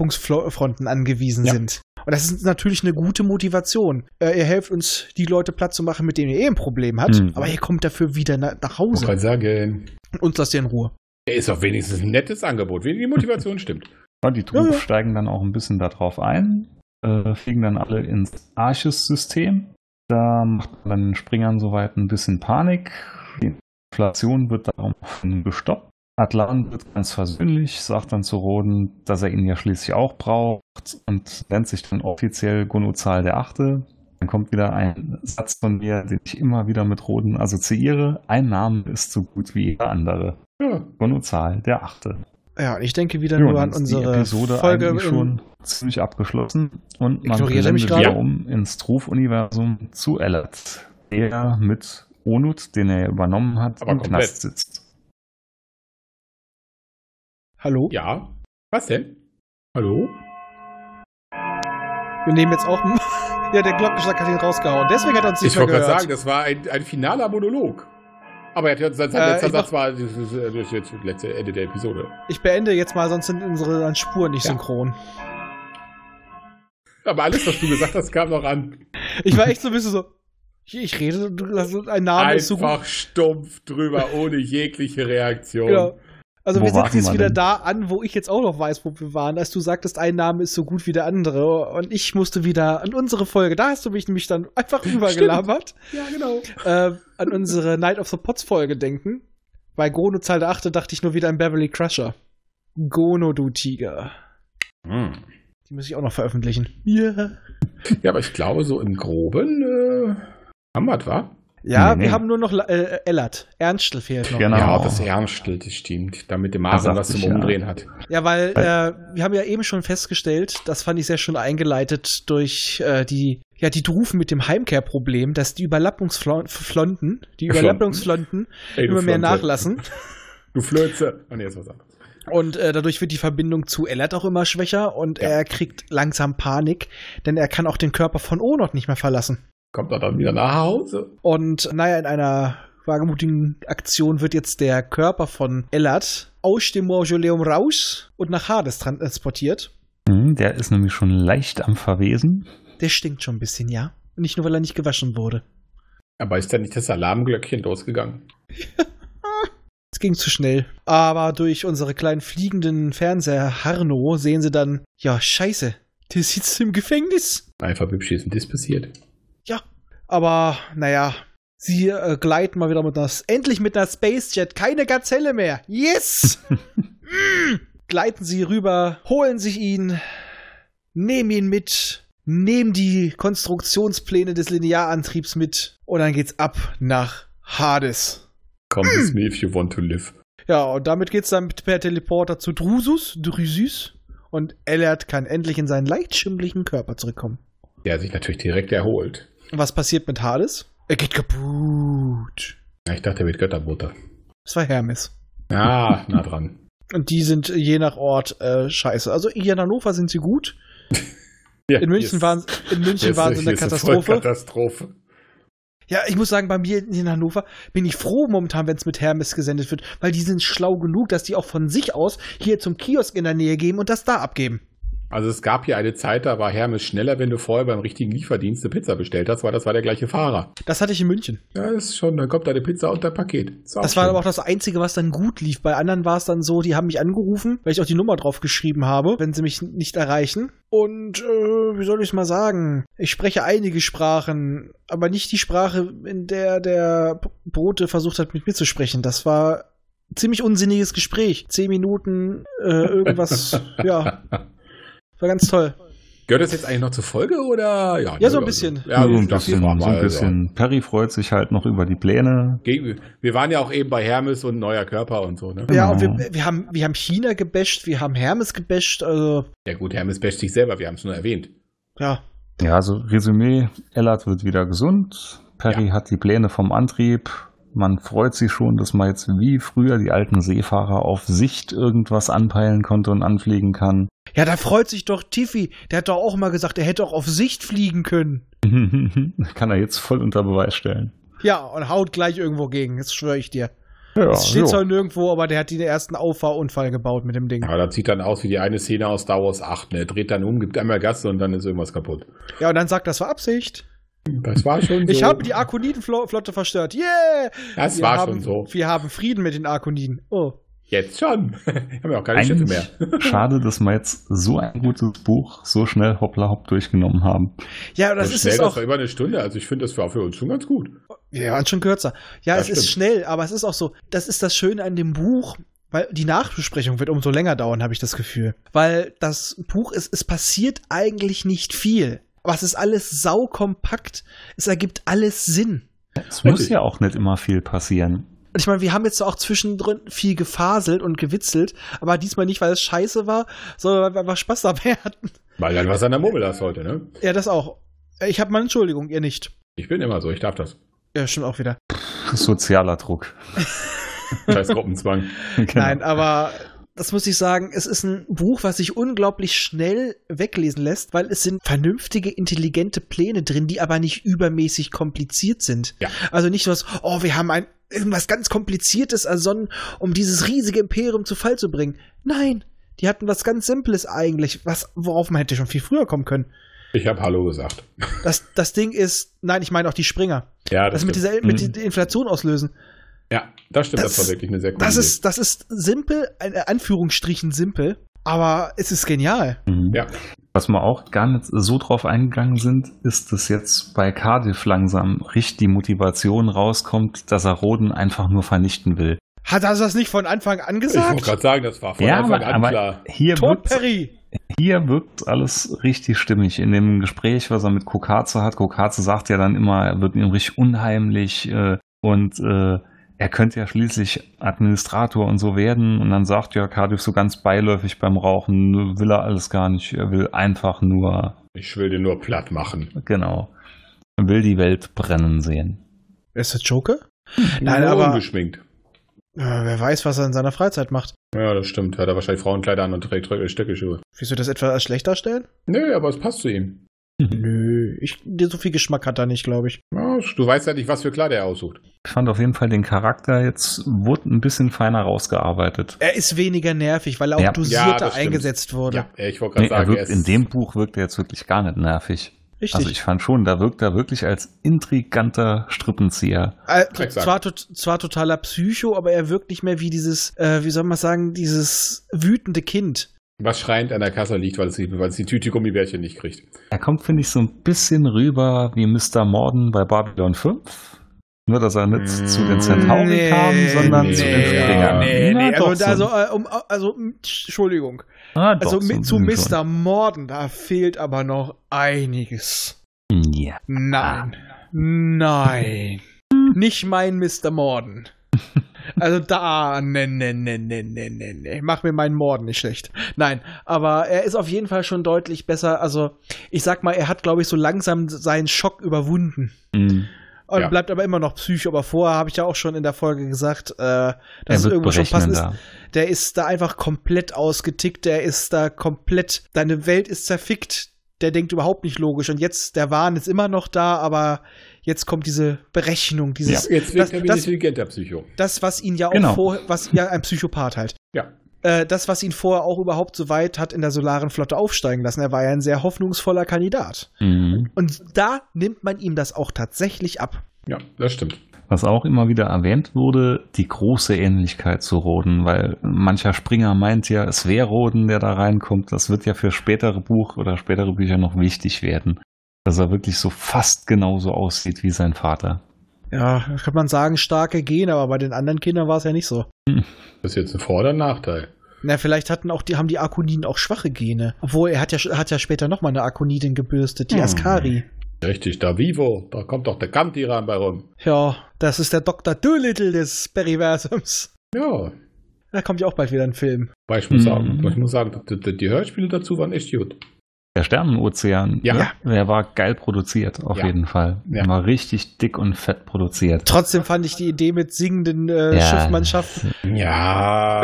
Speaker 1: Überlappungsfronten angewiesen
Speaker 2: Ja.
Speaker 1: sind. Und das ist natürlich eine gute Motivation. Äh, ihr helft uns, die Leute platt zu machen, mit denen ihr eh ein Problem habt,
Speaker 4: Mhm.
Speaker 1: aber ihr kommt dafür wieder na nach
Speaker 2: Muss
Speaker 1: Hause
Speaker 2: man sagen.
Speaker 1: und uns lasst ihr in Ruhe.
Speaker 2: Ist doch wenigstens ein nettes Angebot. Wenn die Motivation stimmt.
Speaker 4: Und die Truppen
Speaker 1: Ja, ja.
Speaker 4: steigen dann auch ein bisschen darauf ein, äh, fliegen dann alle ins Arches-System. Da macht man den Springern soweit ein bisschen Panik. Die Inflation wird daraufhin gestoppt. Atlan wird ganz versöhnlich, sagt dann zu Roden, dass er ihn ja schließlich auch braucht und nennt sich dann offiziell Gonozal der Achte. Dann kommt wieder ein Satz von mir, den ich immer wieder mit Roden assoziiere. Ein Name ist so gut wie jeder andere.
Speaker 2: Ja.
Speaker 4: Gonozal der Achte.
Speaker 1: Ja, und ich denke wieder
Speaker 4: Ja,
Speaker 1: nur
Speaker 4: dann
Speaker 1: an
Speaker 4: ist
Speaker 1: unsere
Speaker 4: die Episode
Speaker 1: Folge
Speaker 4: eigentlich
Speaker 1: im-
Speaker 4: schon ziemlich abgeschlossen und man
Speaker 1: Ignoriert er mich
Speaker 4: blendet
Speaker 1: gerade?
Speaker 4: wieder um ins Truf-Universum zu Ellert, der mit Onut, den er übernommen hat,
Speaker 2: Aber
Speaker 4: im
Speaker 2: komplett.
Speaker 4: Knast sitzt.
Speaker 1: Hallo?
Speaker 2: Ja. Was denn? Hallo?
Speaker 1: Wir nehmen jetzt auch. (laughs) ja, der Glockenschlag hat ihn rausgehauen. Deswegen hat er uns nicht
Speaker 2: Ich
Speaker 1: mehr
Speaker 2: wollte
Speaker 1: gehört.
Speaker 2: gerade sagen, das war ein, ein finaler Monolog. Aber er hat, sein, sein
Speaker 1: Äh,
Speaker 2: letzter
Speaker 1: ich mach-
Speaker 2: Satz war das ist, äh, das ist jetzt das letzte Ende der Episode.
Speaker 1: ich beende jetzt mal, sonst sind unsere Spuren nicht
Speaker 2: Ja.
Speaker 1: synchron.
Speaker 2: Aber alles, was du gesagt hast, kam noch an.
Speaker 1: Ich
Speaker 4: (laughs)
Speaker 1: war echt so ein bisschen so. Ich, ich rede, du, das ist ein Name ist so gut.
Speaker 2: Einfach stumpf drüber, ohne jegliche Reaktion.
Speaker 1: Genau. Also
Speaker 4: Wo
Speaker 1: wir
Speaker 4: waren
Speaker 1: sitzen jetzt
Speaker 4: wir
Speaker 1: wieder
Speaker 4: denn?
Speaker 1: da an, wo ich jetzt auch noch weiß, wo wir waren, als du sagtest, ein Name ist so gut wie der andere. Und ich musste wieder an unsere Folge, da hast du mich nämlich dann einfach übergelabert,
Speaker 2: Ja, genau.
Speaker 1: äh, an unsere Night of the Pots Folge denken. Bei Gono Zahl der Achte dachte ich nur wieder an Beverly Crusher. Gono, du Tiger.
Speaker 4: Hm.
Speaker 1: Die muss ich auch noch veröffentlichen. Ja.
Speaker 2: Ja, aber ich glaube, so im Groben äh, haben wir es, wa?
Speaker 1: Ja,
Speaker 4: Nee, nee.
Speaker 1: wir haben nur noch äh, Ellert. Ernstl fehlt noch.
Speaker 4: Genau.
Speaker 2: Ja, das Ernstel, das stimmt. Damit der
Speaker 4: Da
Speaker 2: Maser
Speaker 4: sagte
Speaker 2: was zum
Speaker 4: ich ja.
Speaker 2: Umdrehen hat.
Speaker 1: Ja, weil äh, wir haben ja eben schon festgestellt, das fand ich sehr schön eingeleitet durch äh, die, ja, die Drufen mit dem Heimkehrproblem, dass die Überlappungsflonten, die
Speaker 2: Flonten.
Speaker 1: Überlappungsflonten
Speaker 2: Ey, du
Speaker 1: immer mehr
Speaker 2: Flönze.
Speaker 1: nachlassen.
Speaker 2: Du Oh, Flöze. Und jetzt was anderes.
Speaker 1: Und äh, dadurch wird die Verbindung zu Ellert auch immer schwächer und
Speaker 2: Ja.
Speaker 1: er kriegt langsam Panik, denn er kann auch den Körper von Onot nicht mehr verlassen.
Speaker 2: Kommt er dann wieder nach Hause?
Speaker 1: Und naja, in einer wagemutigen Aktion wird jetzt der Körper von Ellert aus dem Mausoleum raus und nach Hades transportiert.
Speaker 4: Hm, Der ist nämlich schon leicht am Verwesen.
Speaker 1: Der stinkt schon ein bisschen, ja. Nicht nur, weil er nicht gewaschen wurde.
Speaker 2: Aber ist da nicht das Alarmglöckchen losgegangen?
Speaker 1: Es ging zu schnell. Aber durch unsere kleinen fliegenden Fernseher Harno sehen sie dann, ja, scheiße, der sitzt im Gefängnis.
Speaker 2: Einfach hübsch ist das passiert.
Speaker 1: Aber, naja, sie äh, gleiten mal wieder mit einer, endlich mit einer Spacejet, keine Gazelle mehr. Yes! mm! Gleiten sie rüber, holen sich ihn, nehmen ihn mit, nehmen die Konstruktionspläne des Linearantriebs mit und dann geht's ab nach Hades.
Speaker 2: Komm,
Speaker 1: Mm.
Speaker 2: with me if you want to live.
Speaker 1: Ja, und damit geht's dann per Teleporter zu Drusus, Drusus. Und Ellert kann endlich in seinen leicht schimmeligen Körper zurückkommen.
Speaker 2: Der sich natürlich direkt erholt.
Speaker 1: Und was passiert mit Hades? Er geht kaputt.
Speaker 2: Ja, Ich dachte, er wird Götterbutter.
Speaker 1: Das war Hermes. (laughs)
Speaker 2: Ah, nah dran.
Speaker 1: Und die sind je nach Ort äh, scheiße. Also hier in Hannover sind sie gut.
Speaker 2: Ja,
Speaker 1: In München
Speaker 2: yes.
Speaker 1: waren, in München
Speaker 2: Yes,
Speaker 1: waren sie
Speaker 2: yes,
Speaker 1: eine
Speaker 2: yes,
Speaker 1: Katastrophe.
Speaker 2: Vollkatastrophe.
Speaker 1: Ja, ich muss sagen, bei mir in Hannover bin ich froh momentan, wenn es mit Hermes gesendet wird, weil die sind schlau genug, dass die auch von sich aus hier zum Kiosk in der Nähe gehen und das da abgeben.
Speaker 2: Also es gab hier eine Zeit, da war Hermes schneller, wenn du vorher beim richtigen Lieferdienst eine Pizza bestellt hast, weil das war der gleiche Fahrer.
Speaker 1: Das hatte ich in München.
Speaker 2: Ja, ist schon, dann kommt deine Pizza und dein Paket. Ist auch
Speaker 1: Das war
Speaker 2: schön.
Speaker 1: aber auch das Einzige, was dann gut lief. Bei anderen war es dann so, die haben mich angerufen, weil ich auch die Nummer drauf geschrieben habe, wenn sie mich nicht erreichen. Und äh, wie soll ich es mal sagen? Ich spreche einige Sprachen, aber nicht die Sprache, in der der Bote versucht hat, mit mir zu sprechen. Das war ein ziemlich unsinniges Gespräch. Zehn Minuten, äh, irgendwas, ja, war ganz toll.
Speaker 2: (laughs) Gehört das jetzt eigentlich noch zur Folge oder? Ja,
Speaker 1: Ja, so
Speaker 2: ne,
Speaker 1: ein bisschen.
Speaker 2: Ja,
Speaker 4: so ein
Speaker 2: das
Speaker 4: bisschen.
Speaker 2: war also.
Speaker 4: So ein
Speaker 2: mal,
Speaker 4: bisschen. Perry freut sich halt noch über die Pläne.
Speaker 2: Ja. Gegen- Wir waren ja auch eben bei Hermes und neuer Körper und so, ne?
Speaker 1: Ja, und
Speaker 4: Genau.
Speaker 1: wir, wir, haben, wir haben China gebasht, wir haben Hermes gebasht, also
Speaker 2: Ja gut, Hermes basht sich selber, wir haben es nur erwähnt.
Speaker 1: ja.
Speaker 4: Ja, also Resümee, Ellard wird wieder gesund, Perry hat die Pläne vom Antrieb, man freut sich schon, dass man jetzt wie früher die alten Seefahrer auf Sicht irgendwas anpeilen konnte und anfliegen kann.
Speaker 1: Ja, da freut sich doch Tiffy. Der hat doch auch mal gesagt, er hätte auch auf Sicht fliegen können.
Speaker 4: (laughs) kann er jetzt voll unter Beweis stellen.
Speaker 1: Ja, und haut gleich irgendwo gegen, das schwöre ich dir.
Speaker 4: Ja,
Speaker 1: Es steht
Speaker 4: so.
Speaker 1: zwar nirgendwo, aber der hat den ersten Auffahrunfall gebaut mit dem Ding.
Speaker 2: Aber das sieht dann aus wie die eine Szene aus Star Wars 8, ne? Dreht dann um, gibt einmal Gas und dann ist irgendwas kaputt.
Speaker 1: Ja, und dann sagt, das war Absicht.
Speaker 2: Das war schon so.
Speaker 1: Ich habe die Arkonidenflotte verstört. Yeah!
Speaker 2: Das
Speaker 1: Wir
Speaker 2: war
Speaker 1: haben,
Speaker 2: schon so.
Speaker 1: Wir haben Frieden mit den Arkoniden. Oh.
Speaker 2: Jetzt schon. (laughs) haben wir auch keine Schiffe mehr.
Speaker 4: Eigentlich schade, dass wir jetzt so ein gutes Buch so schnell hoppla hopp durchgenommen haben.
Speaker 1: Ja, das
Speaker 2: so
Speaker 1: ist
Speaker 2: schnell,
Speaker 1: es
Speaker 2: das
Speaker 1: auch.
Speaker 2: war über eine Stunde. Also ich finde, das war für uns schon ganz gut.
Speaker 1: Ja, und schon kürzer. Ja,
Speaker 2: Ja,
Speaker 1: es ist
Speaker 2: stimmt.
Speaker 1: schnell, aber es ist auch so. Das ist das Schöne an dem Buch, weil die Nachbesprechung wird umso länger dauern, habe ich das Gefühl. Weil das Buch ist, es passiert eigentlich nicht viel. Aber es ist alles saukompakt. Es ergibt alles Sinn.
Speaker 4: Es muss ja auch nicht immer viel passieren.
Speaker 1: Und ich meine, wir haben jetzt auch zwischendrin viel gefaselt und gewitzelt, aber diesmal nicht, weil es scheiße war, sondern weil wir einfach Spaß dabei (laughs) hatten.
Speaker 2: Weil dann was an der Murmel hast heute, ne?
Speaker 1: Ja, das auch. Äh, Ich habe mal Entschuldigung, ihr nicht.
Speaker 2: Ich bin immer so, ich darf das.
Speaker 1: Ja, stimmt auch wieder.
Speaker 4: Sozialer Druck. (laughs)
Speaker 2: Scheiß Gruppenzwang.
Speaker 4: Genau.
Speaker 1: Nein, aber das muss ich sagen, es ist ein Buch, was sich unglaublich schnell weglesen lässt, weil es sind vernünftige, intelligente Pläne drin, die aber nicht übermäßig kompliziert sind.
Speaker 2: Ja.
Speaker 1: Also nicht was, oh, wir haben ein irgendwas ganz kompliziertes ersonnen, um dieses riesige Imperium zu Fall zu bringen. Nein, die hatten was ganz simples eigentlich, was worauf man hätte schon viel früher kommen können.
Speaker 2: Ich habe Hallo gesagt.
Speaker 1: Das, das Ding ist, nein, ich meine auch die Springer.
Speaker 2: Ja,
Speaker 1: Das
Speaker 2: stimmt.
Speaker 1: Also
Speaker 2: Mhm.
Speaker 1: mit dieser mit der Inflation auslösen.
Speaker 2: ja, das stimmt. Das,
Speaker 1: das-
Speaker 2: war wirklich eine sehr coole
Speaker 1: Das
Speaker 2: Idee.
Speaker 1: ist, das ist simpel, in Anführungsstrichen simpel, aber es ist genial.
Speaker 4: Mhm.
Speaker 2: Ja.
Speaker 4: Was wir auch gar nicht so drauf eingegangen sind, ist, dass jetzt bei Cardiff langsam richtig die Motivation rauskommt, dass er Roden einfach nur vernichten will.
Speaker 1: Hat er das nicht von Anfang an
Speaker 2: ich wollte
Speaker 1: gesagt?
Speaker 2: gerade sagen, das war von Anfang an klar.
Speaker 4: hier
Speaker 1: Todd
Speaker 4: wirkt,
Speaker 1: Perry.
Speaker 4: hier wirkt alles richtig stimmig. In dem Gespräch, was er mit Kokaze hat, Kokaze sagt ja dann immer, er wird ihm richtig unheimlich äh, und äh, er könnte ja schließlich Administrator und so werden. Und dann sagt ja Cardiff so ganz beiläufig beim Rauchen, will er alles gar nicht. Er will einfach nur
Speaker 2: Ich will den nur platt machen.
Speaker 4: Genau. Will die Welt brennen sehen.
Speaker 1: Ist das Joker? Nein,
Speaker 2: Nur
Speaker 1: aber-
Speaker 2: Ungeschminkt.
Speaker 1: Ja, wer weiß, was er in seiner Freizeit macht.
Speaker 2: Ja, das stimmt. Hat er wahrscheinlich Frauenkleider an und trägt trägt Stöckelschuhe.
Speaker 1: Willst du das etwa als schlecht darstellen?
Speaker 2: Nö, aber es passt zu ihm.
Speaker 1: Nö, ich, dir so viel Geschmack hat er nicht, glaube ich.
Speaker 2: Ja, Du weißt ja nicht, was für Kleider er aussucht.
Speaker 4: Ich fand auf jeden Fall den Charakter jetzt wurde ein bisschen feiner rausgearbeitet.
Speaker 1: Er ist weniger nervig, weil er auch
Speaker 4: Ja.
Speaker 2: Ja,
Speaker 1: dosierter
Speaker 2: das stimmt.
Speaker 1: eingesetzt wurde.
Speaker 2: Ja, ich wollte gerade
Speaker 4: Nee, er
Speaker 2: sagen,
Speaker 4: wirkt,
Speaker 2: ist-
Speaker 4: in dem Buch wirkt er jetzt wirklich gar nicht nervig.
Speaker 1: Richtig.
Speaker 4: Also ich fand schon, da wirkt er wirklich als intriganter Strippenzieher.
Speaker 1: Äh,
Speaker 2: Exakt.
Speaker 1: zwar, tot, zwar totaler Psycho, aber er wirkt nicht mehr wie dieses, äh, wie soll man sagen, dieses wütende Kind.
Speaker 2: was schreiend an der Kasse liegt, weil es, die- weil es die Tüte Gummibärchen nicht kriegt.
Speaker 4: Er kommt, finde ich, so ein bisschen rüber wie Mr. Morden bei Babylon 5. Nur, dass er nicht
Speaker 2: Mm,
Speaker 4: zu den Zentauren
Speaker 1: nee,
Speaker 4: kam, sondern
Speaker 2: nee,
Speaker 4: zu den Springern.
Speaker 1: nee,
Speaker 4: Mhm. Na,
Speaker 1: nee,
Speaker 4: doch,
Speaker 1: also, also,
Speaker 4: so,
Speaker 1: äh, um, also, m- Entschuldigung.
Speaker 4: ah, doch,
Speaker 1: Also
Speaker 4: so
Speaker 1: mi- zu
Speaker 4: ein bisschen
Speaker 1: Mr. Morden, da fehlt aber noch einiges.
Speaker 4: schon. Ja.
Speaker 1: Nein. Nein. Nicht mein Mr.
Speaker 4: (laughs)
Speaker 1: Morden. Also da, ne, ne, ne, ne, ne, ne, ne. Mach mir meinen Morden nicht schlecht. Nein, aber er ist auf jeden Fall schon deutlich besser. Also, ich sag mal, er hat, glaube ich, so langsam seinen Schock überwunden.
Speaker 4: Mm.
Speaker 1: Und
Speaker 2: Ja.
Speaker 1: bleibt aber immer noch psycho. Aber vorher habe ich ja auch schon in der Folge gesagt, äh, dass
Speaker 4: Er
Speaker 1: es
Speaker 4: wird
Speaker 1: irgendwo schon passend ist.
Speaker 4: berechnender.
Speaker 1: Der ist da einfach komplett ausgetickt, der ist da komplett, deine Welt ist zerfickt, der denkt überhaupt nicht logisch. Und jetzt, der Wahn ist immer noch da, aber jetzt kommt diese Berechnung, dieses,
Speaker 2: Jetzt
Speaker 1: das,
Speaker 2: wirkt er wie ein
Speaker 1: das,
Speaker 2: intelligenter Psycho.
Speaker 1: das, was ihn ja auch
Speaker 4: Genau.
Speaker 1: vorher, was ja ein Psychopath halt.
Speaker 2: Ja.
Speaker 1: Äh, das, was ihn vorher auch überhaupt so weit hat in der Solaren Flotte aufsteigen lassen. Er war ja ein sehr hoffnungsvoller Kandidat.
Speaker 4: Mhm.
Speaker 1: Und da nimmt man ihm das auch tatsächlich ab.
Speaker 2: Ja, das stimmt.
Speaker 4: Was auch immer wieder erwähnt wurde, die große Ähnlichkeit zu Roden, weil mancher Springer meint ja, es wäre Roden, der da reinkommt. Das wird ja für spätere Buch oder spätere Bücher noch wichtig werden. Dass er wirklich so fast genauso aussieht wie sein Vater.
Speaker 1: Ja, kann man sagen, starke Gene, aber bei den anderen Kindern war es ja nicht so.
Speaker 2: Das ist jetzt ein Vor- oder Nachteil.
Speaker 1: Na, vielleicht hatten auch die, haben die Arkoniden auch schwache Gene. Obwohl, er hat ja, sch- hat ja später nochmal eine Arkonidin gebürstet, die
Speaker 4: Hm.
Speaker 1: Askari.
Speaker 2: Richtig, da Vivo, da kommt doch der Kamtiran bei rum.
Speaker 1: Ja, das ist der Dr. Doolittle des Periversums.
Speaker 2: Ja,
Speaker 1: Da kommt ja auch bald wieder ein Film.
Speaker 2: weil ich muss
Speaker 4: Mhm.
Speaker 2: sagen, ich muss sagen, die- die, die Hörspiele dazu waren echt gut.
Speaker 4: Der Sternenozean,
Speaker 2: Ja.
Speaker 4: ne? der war geil produziert, auf
Speaker 2: Ja.
Speaker 4: jeden Fall.
Speaker 2: Ja.
Speaker 4: War richtig dick und fett produziert.
Speaker 1: Trotzdem fand ich die Idee mit singenden äh,
Speaker 4: Ja.
Speaker 1: Schiffmannschaften.
Speaker 2: Ja.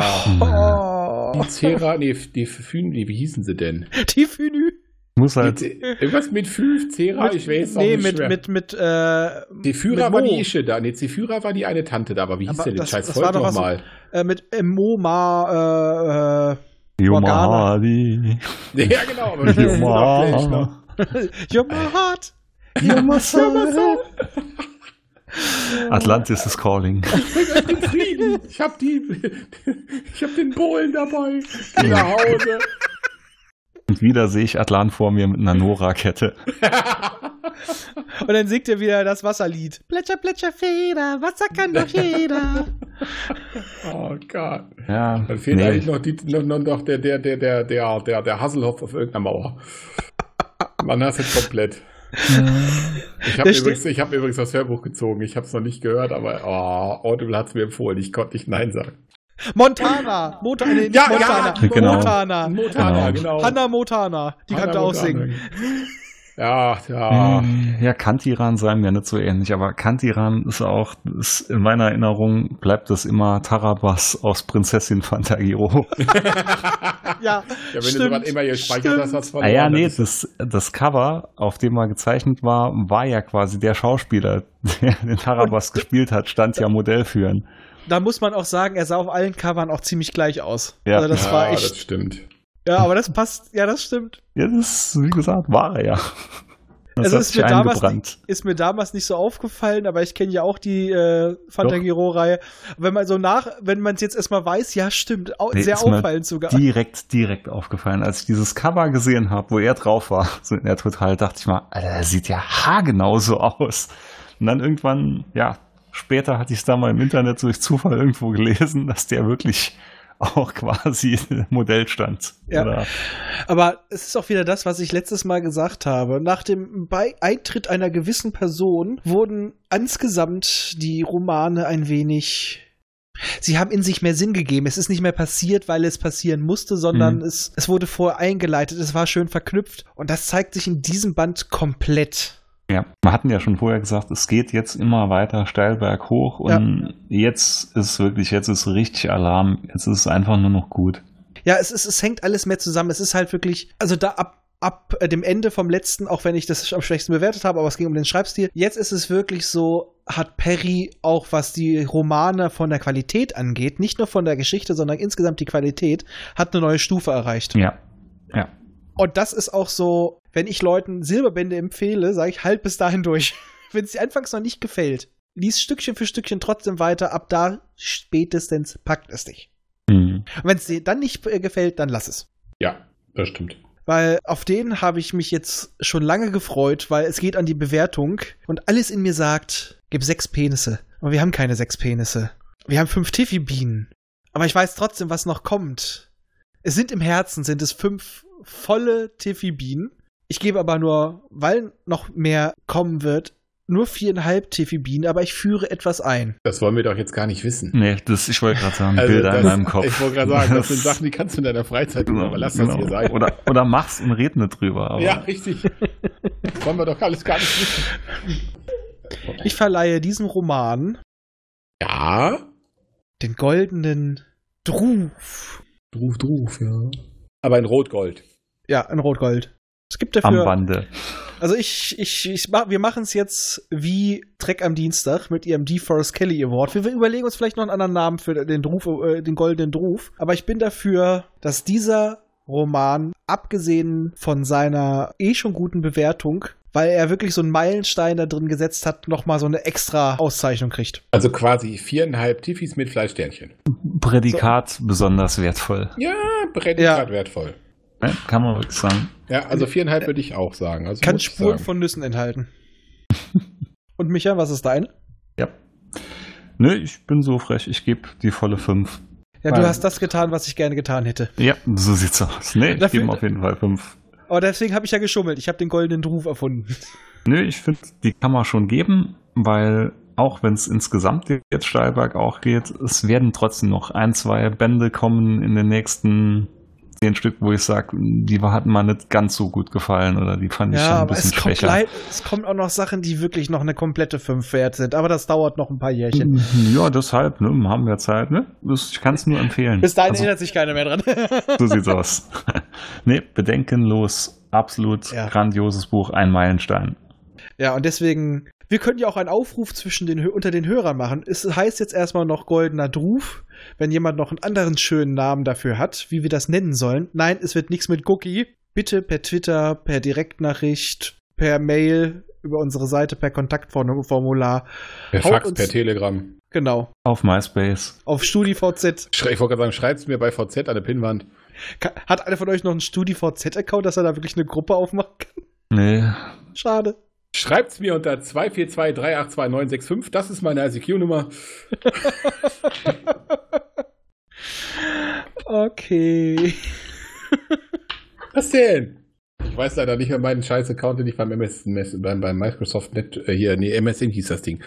Speaker 1: Oh,
Speaker 4: Ja. (laughs)
Speaker 2: Die Zera, nee, die Fün, wie hießen sie denn?
Speaker 1: die Fünü.
Speaker 4: Muss
Speaker 1: Äh.
Speaker 4: halt,
Speaker 2: Die- irgendwas mit Fünf, Zera, ich weiß auch
Speaker 1: nee,
Speaker 2: nicht
Speaker 1: mit,
Speaker 2: mehr.
Speaker 1: mit, mit, äh,
Speaker 2: die Führer
Speaker 1: mit
Speaker 2: war
Speaker 1: Mo.
Speaker 2: die Ische da. Nee, die Führer war die eine Tante da, aber wie hieß
Speaker 1: Aber
Speaker 2: denn das
Speaker 1: das-
Speaker 2: scheiß
Speaker 1: das
Speaker 2: Volk
Speaker 1: war doch was-
Speaker 2: nochmal?
Speaker 1: Äh, mit äh, Moma, äh, Morgana.
Speaker 4: Yomahadi.
Speaker 2: (laughs) Ja, genau, aber wir wissen doch gleich noch.
Speaker 4: (laughs)
Speaker 1: äh, You're my heart. (laughs)
Speaker 4: You're my soul. Atlantis is calling.
Speaker 2: den Frieden. Ich hab die. (laughs) Ich hab den Bohlen dabei. Geh nach Hause.
Speaker 4: Und wieder sehe ich Atlan vor mir mit einer Nora-Kette.
Speaker 1: Und dann singt er wieder das Wasserlied. Plätscher, plätscher, Feder, Wasser kann (laughs) doch jeder.
Speaker 2: Oh Gott.
Speaker 4: Ja,
Speaker 2: Dann fehlt eigentlich noch, die, noch, noch, noch der, der, der, der, der, der, der Hasselhoff auf irgendeiner (laughs) Mauer. Man hat es komplett. Ich habe
Speaker 1: Der
Speaker 2: übrigens, ich hab übrigens das Hörbuch gezogen. Ich habe es noch nicht gehört, aber oh, Audible hat es mir empfohlen. Ich konnte nicht Nein sagen.
Speaker 1: Montana. Mota nee, nicht
Speaker 2: Ja, ja,
Speaker 1: Montana.
Speaker 4: genau.
Speaker 1: Montana.
Speaker 2: Montana,
Speaker 4: Genau.
Speaker 2: genau.
Speaker 1: Hannah Montana. Die
Speaker 2: Hannah
Speaker 1: kann da auch
Speaker 2: Montana.
Speaker 1: singen.
Speaker 2: Ja, ja.
Speaker 4: Mm, Ja, Kantiran sei mir nicht so ähnlich, aber Kantiran ist auch, ist in meiner Erinnerung bleibt es immer Tarabas aus
Speaker 2: (laughs)
Speaker 4: Prinzessin Fantagiro.
Speaker 1: Ja,
Speaker 2: ja wenn du
Speaker 1: stimmt,
Speaker 2: sowas immer hier speichert hast, hast du
Speaker 4: ah ja,
Speaker 2: verloren.
Speaker 4: nee,
Speaker 2: Das ist-
Speaker 4: das, das Cover, auf dem er gezeichnet war, war ja quasi der Schauspieler, (laughs) der
Speaker 2: (laughs)
Speaker 4: den Tarabas gespielt hat, stand ja Modell führen.
Speaker 1: Da muss man auch sagen, er sah auf allen Covern auch ziemlich gleich aus.
Speaker 4: Ja.
Speaker 1: Also das
Speaker 2: ja,
Speaker 1: war
Speaker 2: Das
Speaker 1: echt.
Speaker 2: stimmt.
Speaker 1: Ja, aber das passt. Ja, das stimmt.
Speaker 4: Ja, das ist, wie gesagt, war er ja. Das
Speaker 1: Also
Speaker 4: hat
Speaker 1: ist
Speaker 4: sich
Speaker 1: mir damals
Speaker 4: eingebrannt.
Speaker 1: Ist mir damals nicht so aufgefallen, aber ich kenne ja auch die äh, Fantagiro-Reihe. Wenn man so nach, wenn man es jetzt erstmal weiß, ja, stimmt. Au
Speaker 4: Nee,
Speaker 1: sehr
Speaker 4: ist mir
Speaker 1: auffallend sogar.
Speaker 4: Direkt, direkt aufgefallen. Als ich dieses Cover gesehen habe, wo er drauf war, so in der Total, dachte ich mal, Alter, der sieht ja haargenau so aus. Und dann irgendwann, ja, später hatte ich es da mal im Internet durch Zufall irgendwo gelesen, dass der wirklich auch quasi (laughs) im Modell stand.
Speaker 1: Ja.
Speaker 4: Oder
Speaker 1: Aber es ist auch wieder das, was ich letztes Mal gesagt habe. Nach dem Bei Eintritt einer gewissen Person wurden insgesamt die Romane ein wenig. Sie haben in sich mehr Sinn gegeben. Es ist nicht mehr passiert, weil es passieren musste, sondern
Speaker 4: Mhm.
Speaker 1: es, es wurde vorher eingeleitet, es war schön verknüpft. Und das zeigt sich in diesem Band komplett.
Speaker 4: Ja, wir hatten ja schon vorher gesagt, es geht jetzt immer weiter steil berghoch und jetzt ist wirklich, jetzt ist richtig Alarm, jetzt ist es einfach nur noch gut.
Speaker 1: Ja, es, ist, es hängt alles mehr zusammen. Es ist halt wirklich, also da ab, ab äh, dem Ende vom letzten, auch wenn ich das am schwächsten bewertet habe, aber es ging um den Schreibstil. Jetzt ist es wirklich so, hat Perry auch was die Romane von der Qualität angeht, nicht nur von der Geschichte, sondern insgesamt die Qualität, hat eine neue Stufe erreicht.
Speaker 4: Ja,
Speaker 1: Und das ist auch so, wenn ich Leuten Silberbände empfehle, sage ich, halt bis dahin durch. (laughs) wenn es dir anfangs noch nicht gefällt, lies Stückchen für Stückchen trotzdem weiter, ab da spätestens packt es dich.
Speaker 4: mhm.
Speaker 1: Und wenn es dir dann nicht äh, gefällt, dann lass es.
Speaker 2: Ja, das stimmt.
Speaker 1: Weil auf den habe ich mich jetzt schon lange gefreut, weil es geht an die Bewertung und alles in mir sagt, gib sechs Penisse. Aber wir haben keine sechs Penisse. Wir haben fünf Tiffy-Bienen. Aber ich weiß trotzdem, was noch kommt. Es sind im Herzen, sind es fünf volle Tiffy-Bienen. Ich gebe aber nur, weil noch mehr kommen wird, nur viereinhalb Tiffy-Bienen, aber ich führe etwas ein.
Speaker 2: Das wollen wir doch jetzt gar nicht wissen.
Speaker 4: nee, das, ich wollte gerade sagen,
Speaker 2: Also,
Speaker 4: Bilder
Speaker 2: das-
Speaker 4: in meinem Kopf.
Speaker 2: Ich wollte gerade sagen, das sind Sachen, die kannst du in deiner Freizeit tun,
Speaker 4: Genau,
Speaker 2: aber lass das
Speaker 4: genau.
Speaker 2: hier sein.
Speaker 4: Oder, oder mach's und red nicht drüber. Aber
Speaker 2: ja, richtig. Das wollen wir doch alles gar nicht wissen.
Speaker 1: Ich verleihe diesem Roman
Speaker 2: Ja,
Speaker 1: den goldenen Druf.
Speaker 2: Druf, Druf, ja. Aber in Rotgold.
Speaker 1: Ja, in Rotgold. Es gibt
Speaker 4: Am
Speaker 1: dafür
Speaker 4: Bande.
Speaker 1: Also ich, ich, ich mach, wir machen es jetzt wie Trek am Dienstag mit ihrem DeForest Kelly Award. Wir überlegen uns vielleicht noch einen anderen Namen für den Ruf, äh, den goldenen Ruf. Aber ich bin dafür, dass dieser Roman, abgesehen von seiner eh schon guten Bewertung, weil er wirklich so einen Meilenstein da drin gesetzt hat, nochmal so eine extra Auszeichnung kriegt.
Speaker 2: Also quasi viereinhalb Tiffis mit Fleischsternchen.
Speaker 4: Prädikat besonders wertvoll.
Speaker 2: Ja, Prädikat
Speaker 1: Ja.
Speaker 2: wertvoll.
Speaker 4: Ne? Kann man wirklich sagen.
Speaker 2: Ja, also viereinhalb würde ich auch sagen. Also
Speaker 1: Kann
Speaker 2: muss ich
Speaker 1: Spuren
Speaker 2: sagen.
Speaker 1: von Nüssen
Speaker 2: (laughs)
Speaker 1: enthalten. Und Micha, was ist dein?
Speaker 4: Nö, ich bin so frech, ich gebe die volle 5.
Speaker 1: Ja, du
Speaker 4: Mein-
Speaker 1: hast das getan, was ich gerne getan hätte.
Speaker 4: Ja, so sieht's aus. Nee, ich
Speaker 1: Dafür-
Speaker 4: gebe auf jeden Fall 5.
Speaker 1: Aber deswegen habe ich ja geschummelt. Ich habe den goldenen Ruf erfunden.
Speaker 4: Nö, ich finde, die kann man schon geben, weil auch wenn es insgesamt jetzt steil bergauf geht, es werden trotzdem noch ein, zwei Bände kommen in den nächsten zehn Stück, wo ich sage, die war- hatten mir nicht ganz so gut gefallen oder die fand ich schon
Speaker 1: Ja,
Speaker 4: ein
Speaker 1: aber
Speaker 4: bisschen
Speaker 1: es kommt,
Speaker 4: schwächer.
Speaker 1: leid, es kommen auch noch Sachen, die wirklich noch eine komplette 5 wert sind. Aber das dauert noch ein paar Jährchen.
Speaker 4: Mhm. Ja, deshalb ne, haben wir Zeit. Ne? Das- Ich kann es nur empfehlen.
Speaker 1: Bis dahin
Speaker 4: Also,
Speaker 1: erinnert sich keiner mehr dran. (laughs)
Speaker 4: so sieht's aus. (laughs) nee, bedenkenlos, absolut
Speaker 1: Ja.
Speaker 4: grandioses Buch, ein Meilenstein.
Speaker 1: ja, und deswegen, wir können ja auch einen Aufruf zwischen den, Hö- unter den Hörern machen. Es heißt jetzt erstmal noch Goldener Druf, wenn jemand noch einen anderen schönen Namen dafür hat, wie wir das nennen sollen. Nein, es wird nichts mit Cookie. Bitte per Twitter, per Direktnachricht, per Mail, über unsere Seite, per Kontaktformular.
Speaker 2: Per
Speaker 1: Haut
Speaker 2: Fax,
Speaker 1: uns-
Speaker 2: per Telegram.
Speaker 1: Genau.
Speaker 4: Auf MySpace.
Speaker 1: Auf StudiVZ
Speaker 2: Schrei- Ich wollte gerade sagen, schreib's mir bei VZ an der Pinnwand.
Speaker 1: Ka- Hat einer von euch noch einen StudiVZ-Account, dass er da wirklich eine Gruppe aufmachen kann?
Speaker 4: Nee,
Speaker 1: Schade.
Speaker 2: Schreibt's mir unter 242382965. Das ist meine ICQ-Nummer.
Speaker 1: Okay.
Speaker 2: Was denn? Ich weiß leider nicht mehr meinen scheiß Account, den ich beim MSN, beim, beim Microsoft Net, äh, hier, nee, MSN hieß das Ding.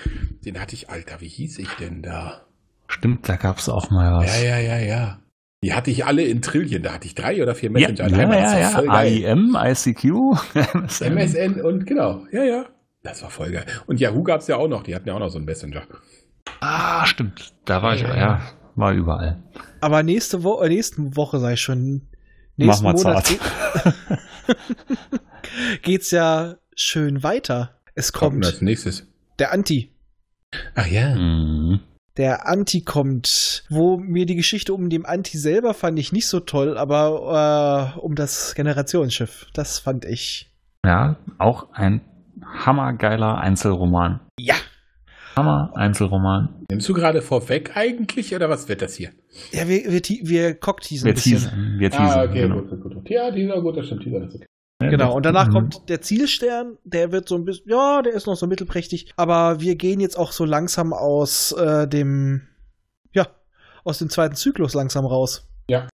Speaker 2: Den hatte ich, Alter, wie hieß ich denn da?
Speaker 4: stimmt, da gab's auch mal was.
Speaker 2: Ja, ja, ja, ja. Die hatte ich alle in Trillien. Da hatte ich drei oder vier
Speaker 4: Ja,
Speaker 2: Messenger.
Speaker 4: ja,
Speaker 2: einmal. Das war
Speaker 4: ja, E
Speaker 2: voll
Speaker 4: ja.
Speaker 2: geil.
Speaker 4: AIM, (laughs) ICQ, MSN.
Speaker 2: MSN und genau, ja, ja. Das war voll geil. Und Yahoo gab's ja auch noch, die hatten ja auch noch so einen Messenger.
Speaker 4: Ah, stimmt. Da war ich, ja, war überall.
Speaker 1: Aber nächste Woche, nächsten Woche sei schon.
Speaker 4: Mach
Speaker 1: Nächsten
Speaker 4: mal
Speaker 1: Monat
Speaker 4: zart.
Speaker 1: geht, (laughs) geht's ja schön weiter. Es
Speaker 2: Kommt
Speaker 1: kommt
Speaker 2: als nächstes.
Speaker 1: der Anti.
Speaker 2: Ach ja.
Speaker 4: Mhm.
Speaker 1: der Anti kommt, wo mir die Geschichte um den Anti selber fand ich nicht so toll, aber äh, um das Generationsschiff, das fand ich.
Speaker 4: Ja, auch ein hammergeiler Einzelroman.
Speaker 1: Ja.
Speaker 4: Hammer Einzelroman.
Speaker 2: Nimmst du gerade vorweg eigentlich oder was wird das hier?
Speaker 1: Ja, wir, wir, tie- wir cockteasen
Speaker 4: Wir
Speaker 1: ein bisschen. Ah,
Speaker 4: teasen. Wir teasen genau.
Speaker 2: Ah, gut, gut, gut. Ja, dieser gut, das stimmt, dieser ist okay.
Speaker 1: Genau, und danach
Speaker 4: Mhm.
Speaker 1: kommt der Zielstern, der wird so ein bisschen, ja, der ist noch so mittelprächtig, aber wir gehen jetzt auch so langsam aus äh, dem, ja, aus dem zweiten Zyklus langsam raus.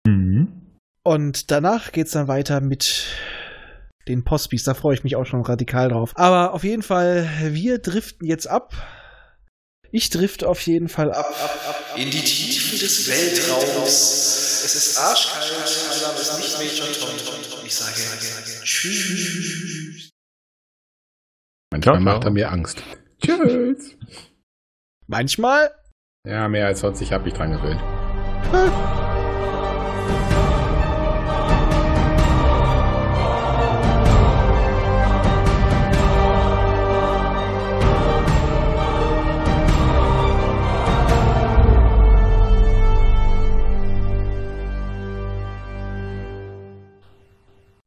Speaker 4: Mhm.
Speaker 1: Und danach geht's dann weiter mit den Postbis, da freue ich mich auch schon radikal drauf. Aber auf jeden Fall, wir driften jetzt ab. Ich drift auf jeden Fall ab. In die Tiefen des Weltraums. Es ist arschkalt, mein Name ist nicht Major Tom. Ich sage, tschüss.
Speaker 2: Manchmal
Speaker 4: Ciao, ciao.
Speaker 2: macht er mir Angst. Tschüss.
Speaker 1: Manchmal
Speaker 2: Ja, mehr als 20 habe ich dran gewöhnt.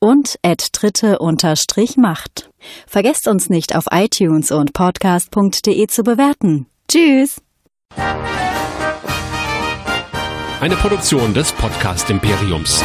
Speaker 6: und at dritte-macht. Vergesst uns nicht auf iTunes und podcast.de zu bewerten. Tschüss!
Speaker 7: Eine Produktion des Podcast Imperiums.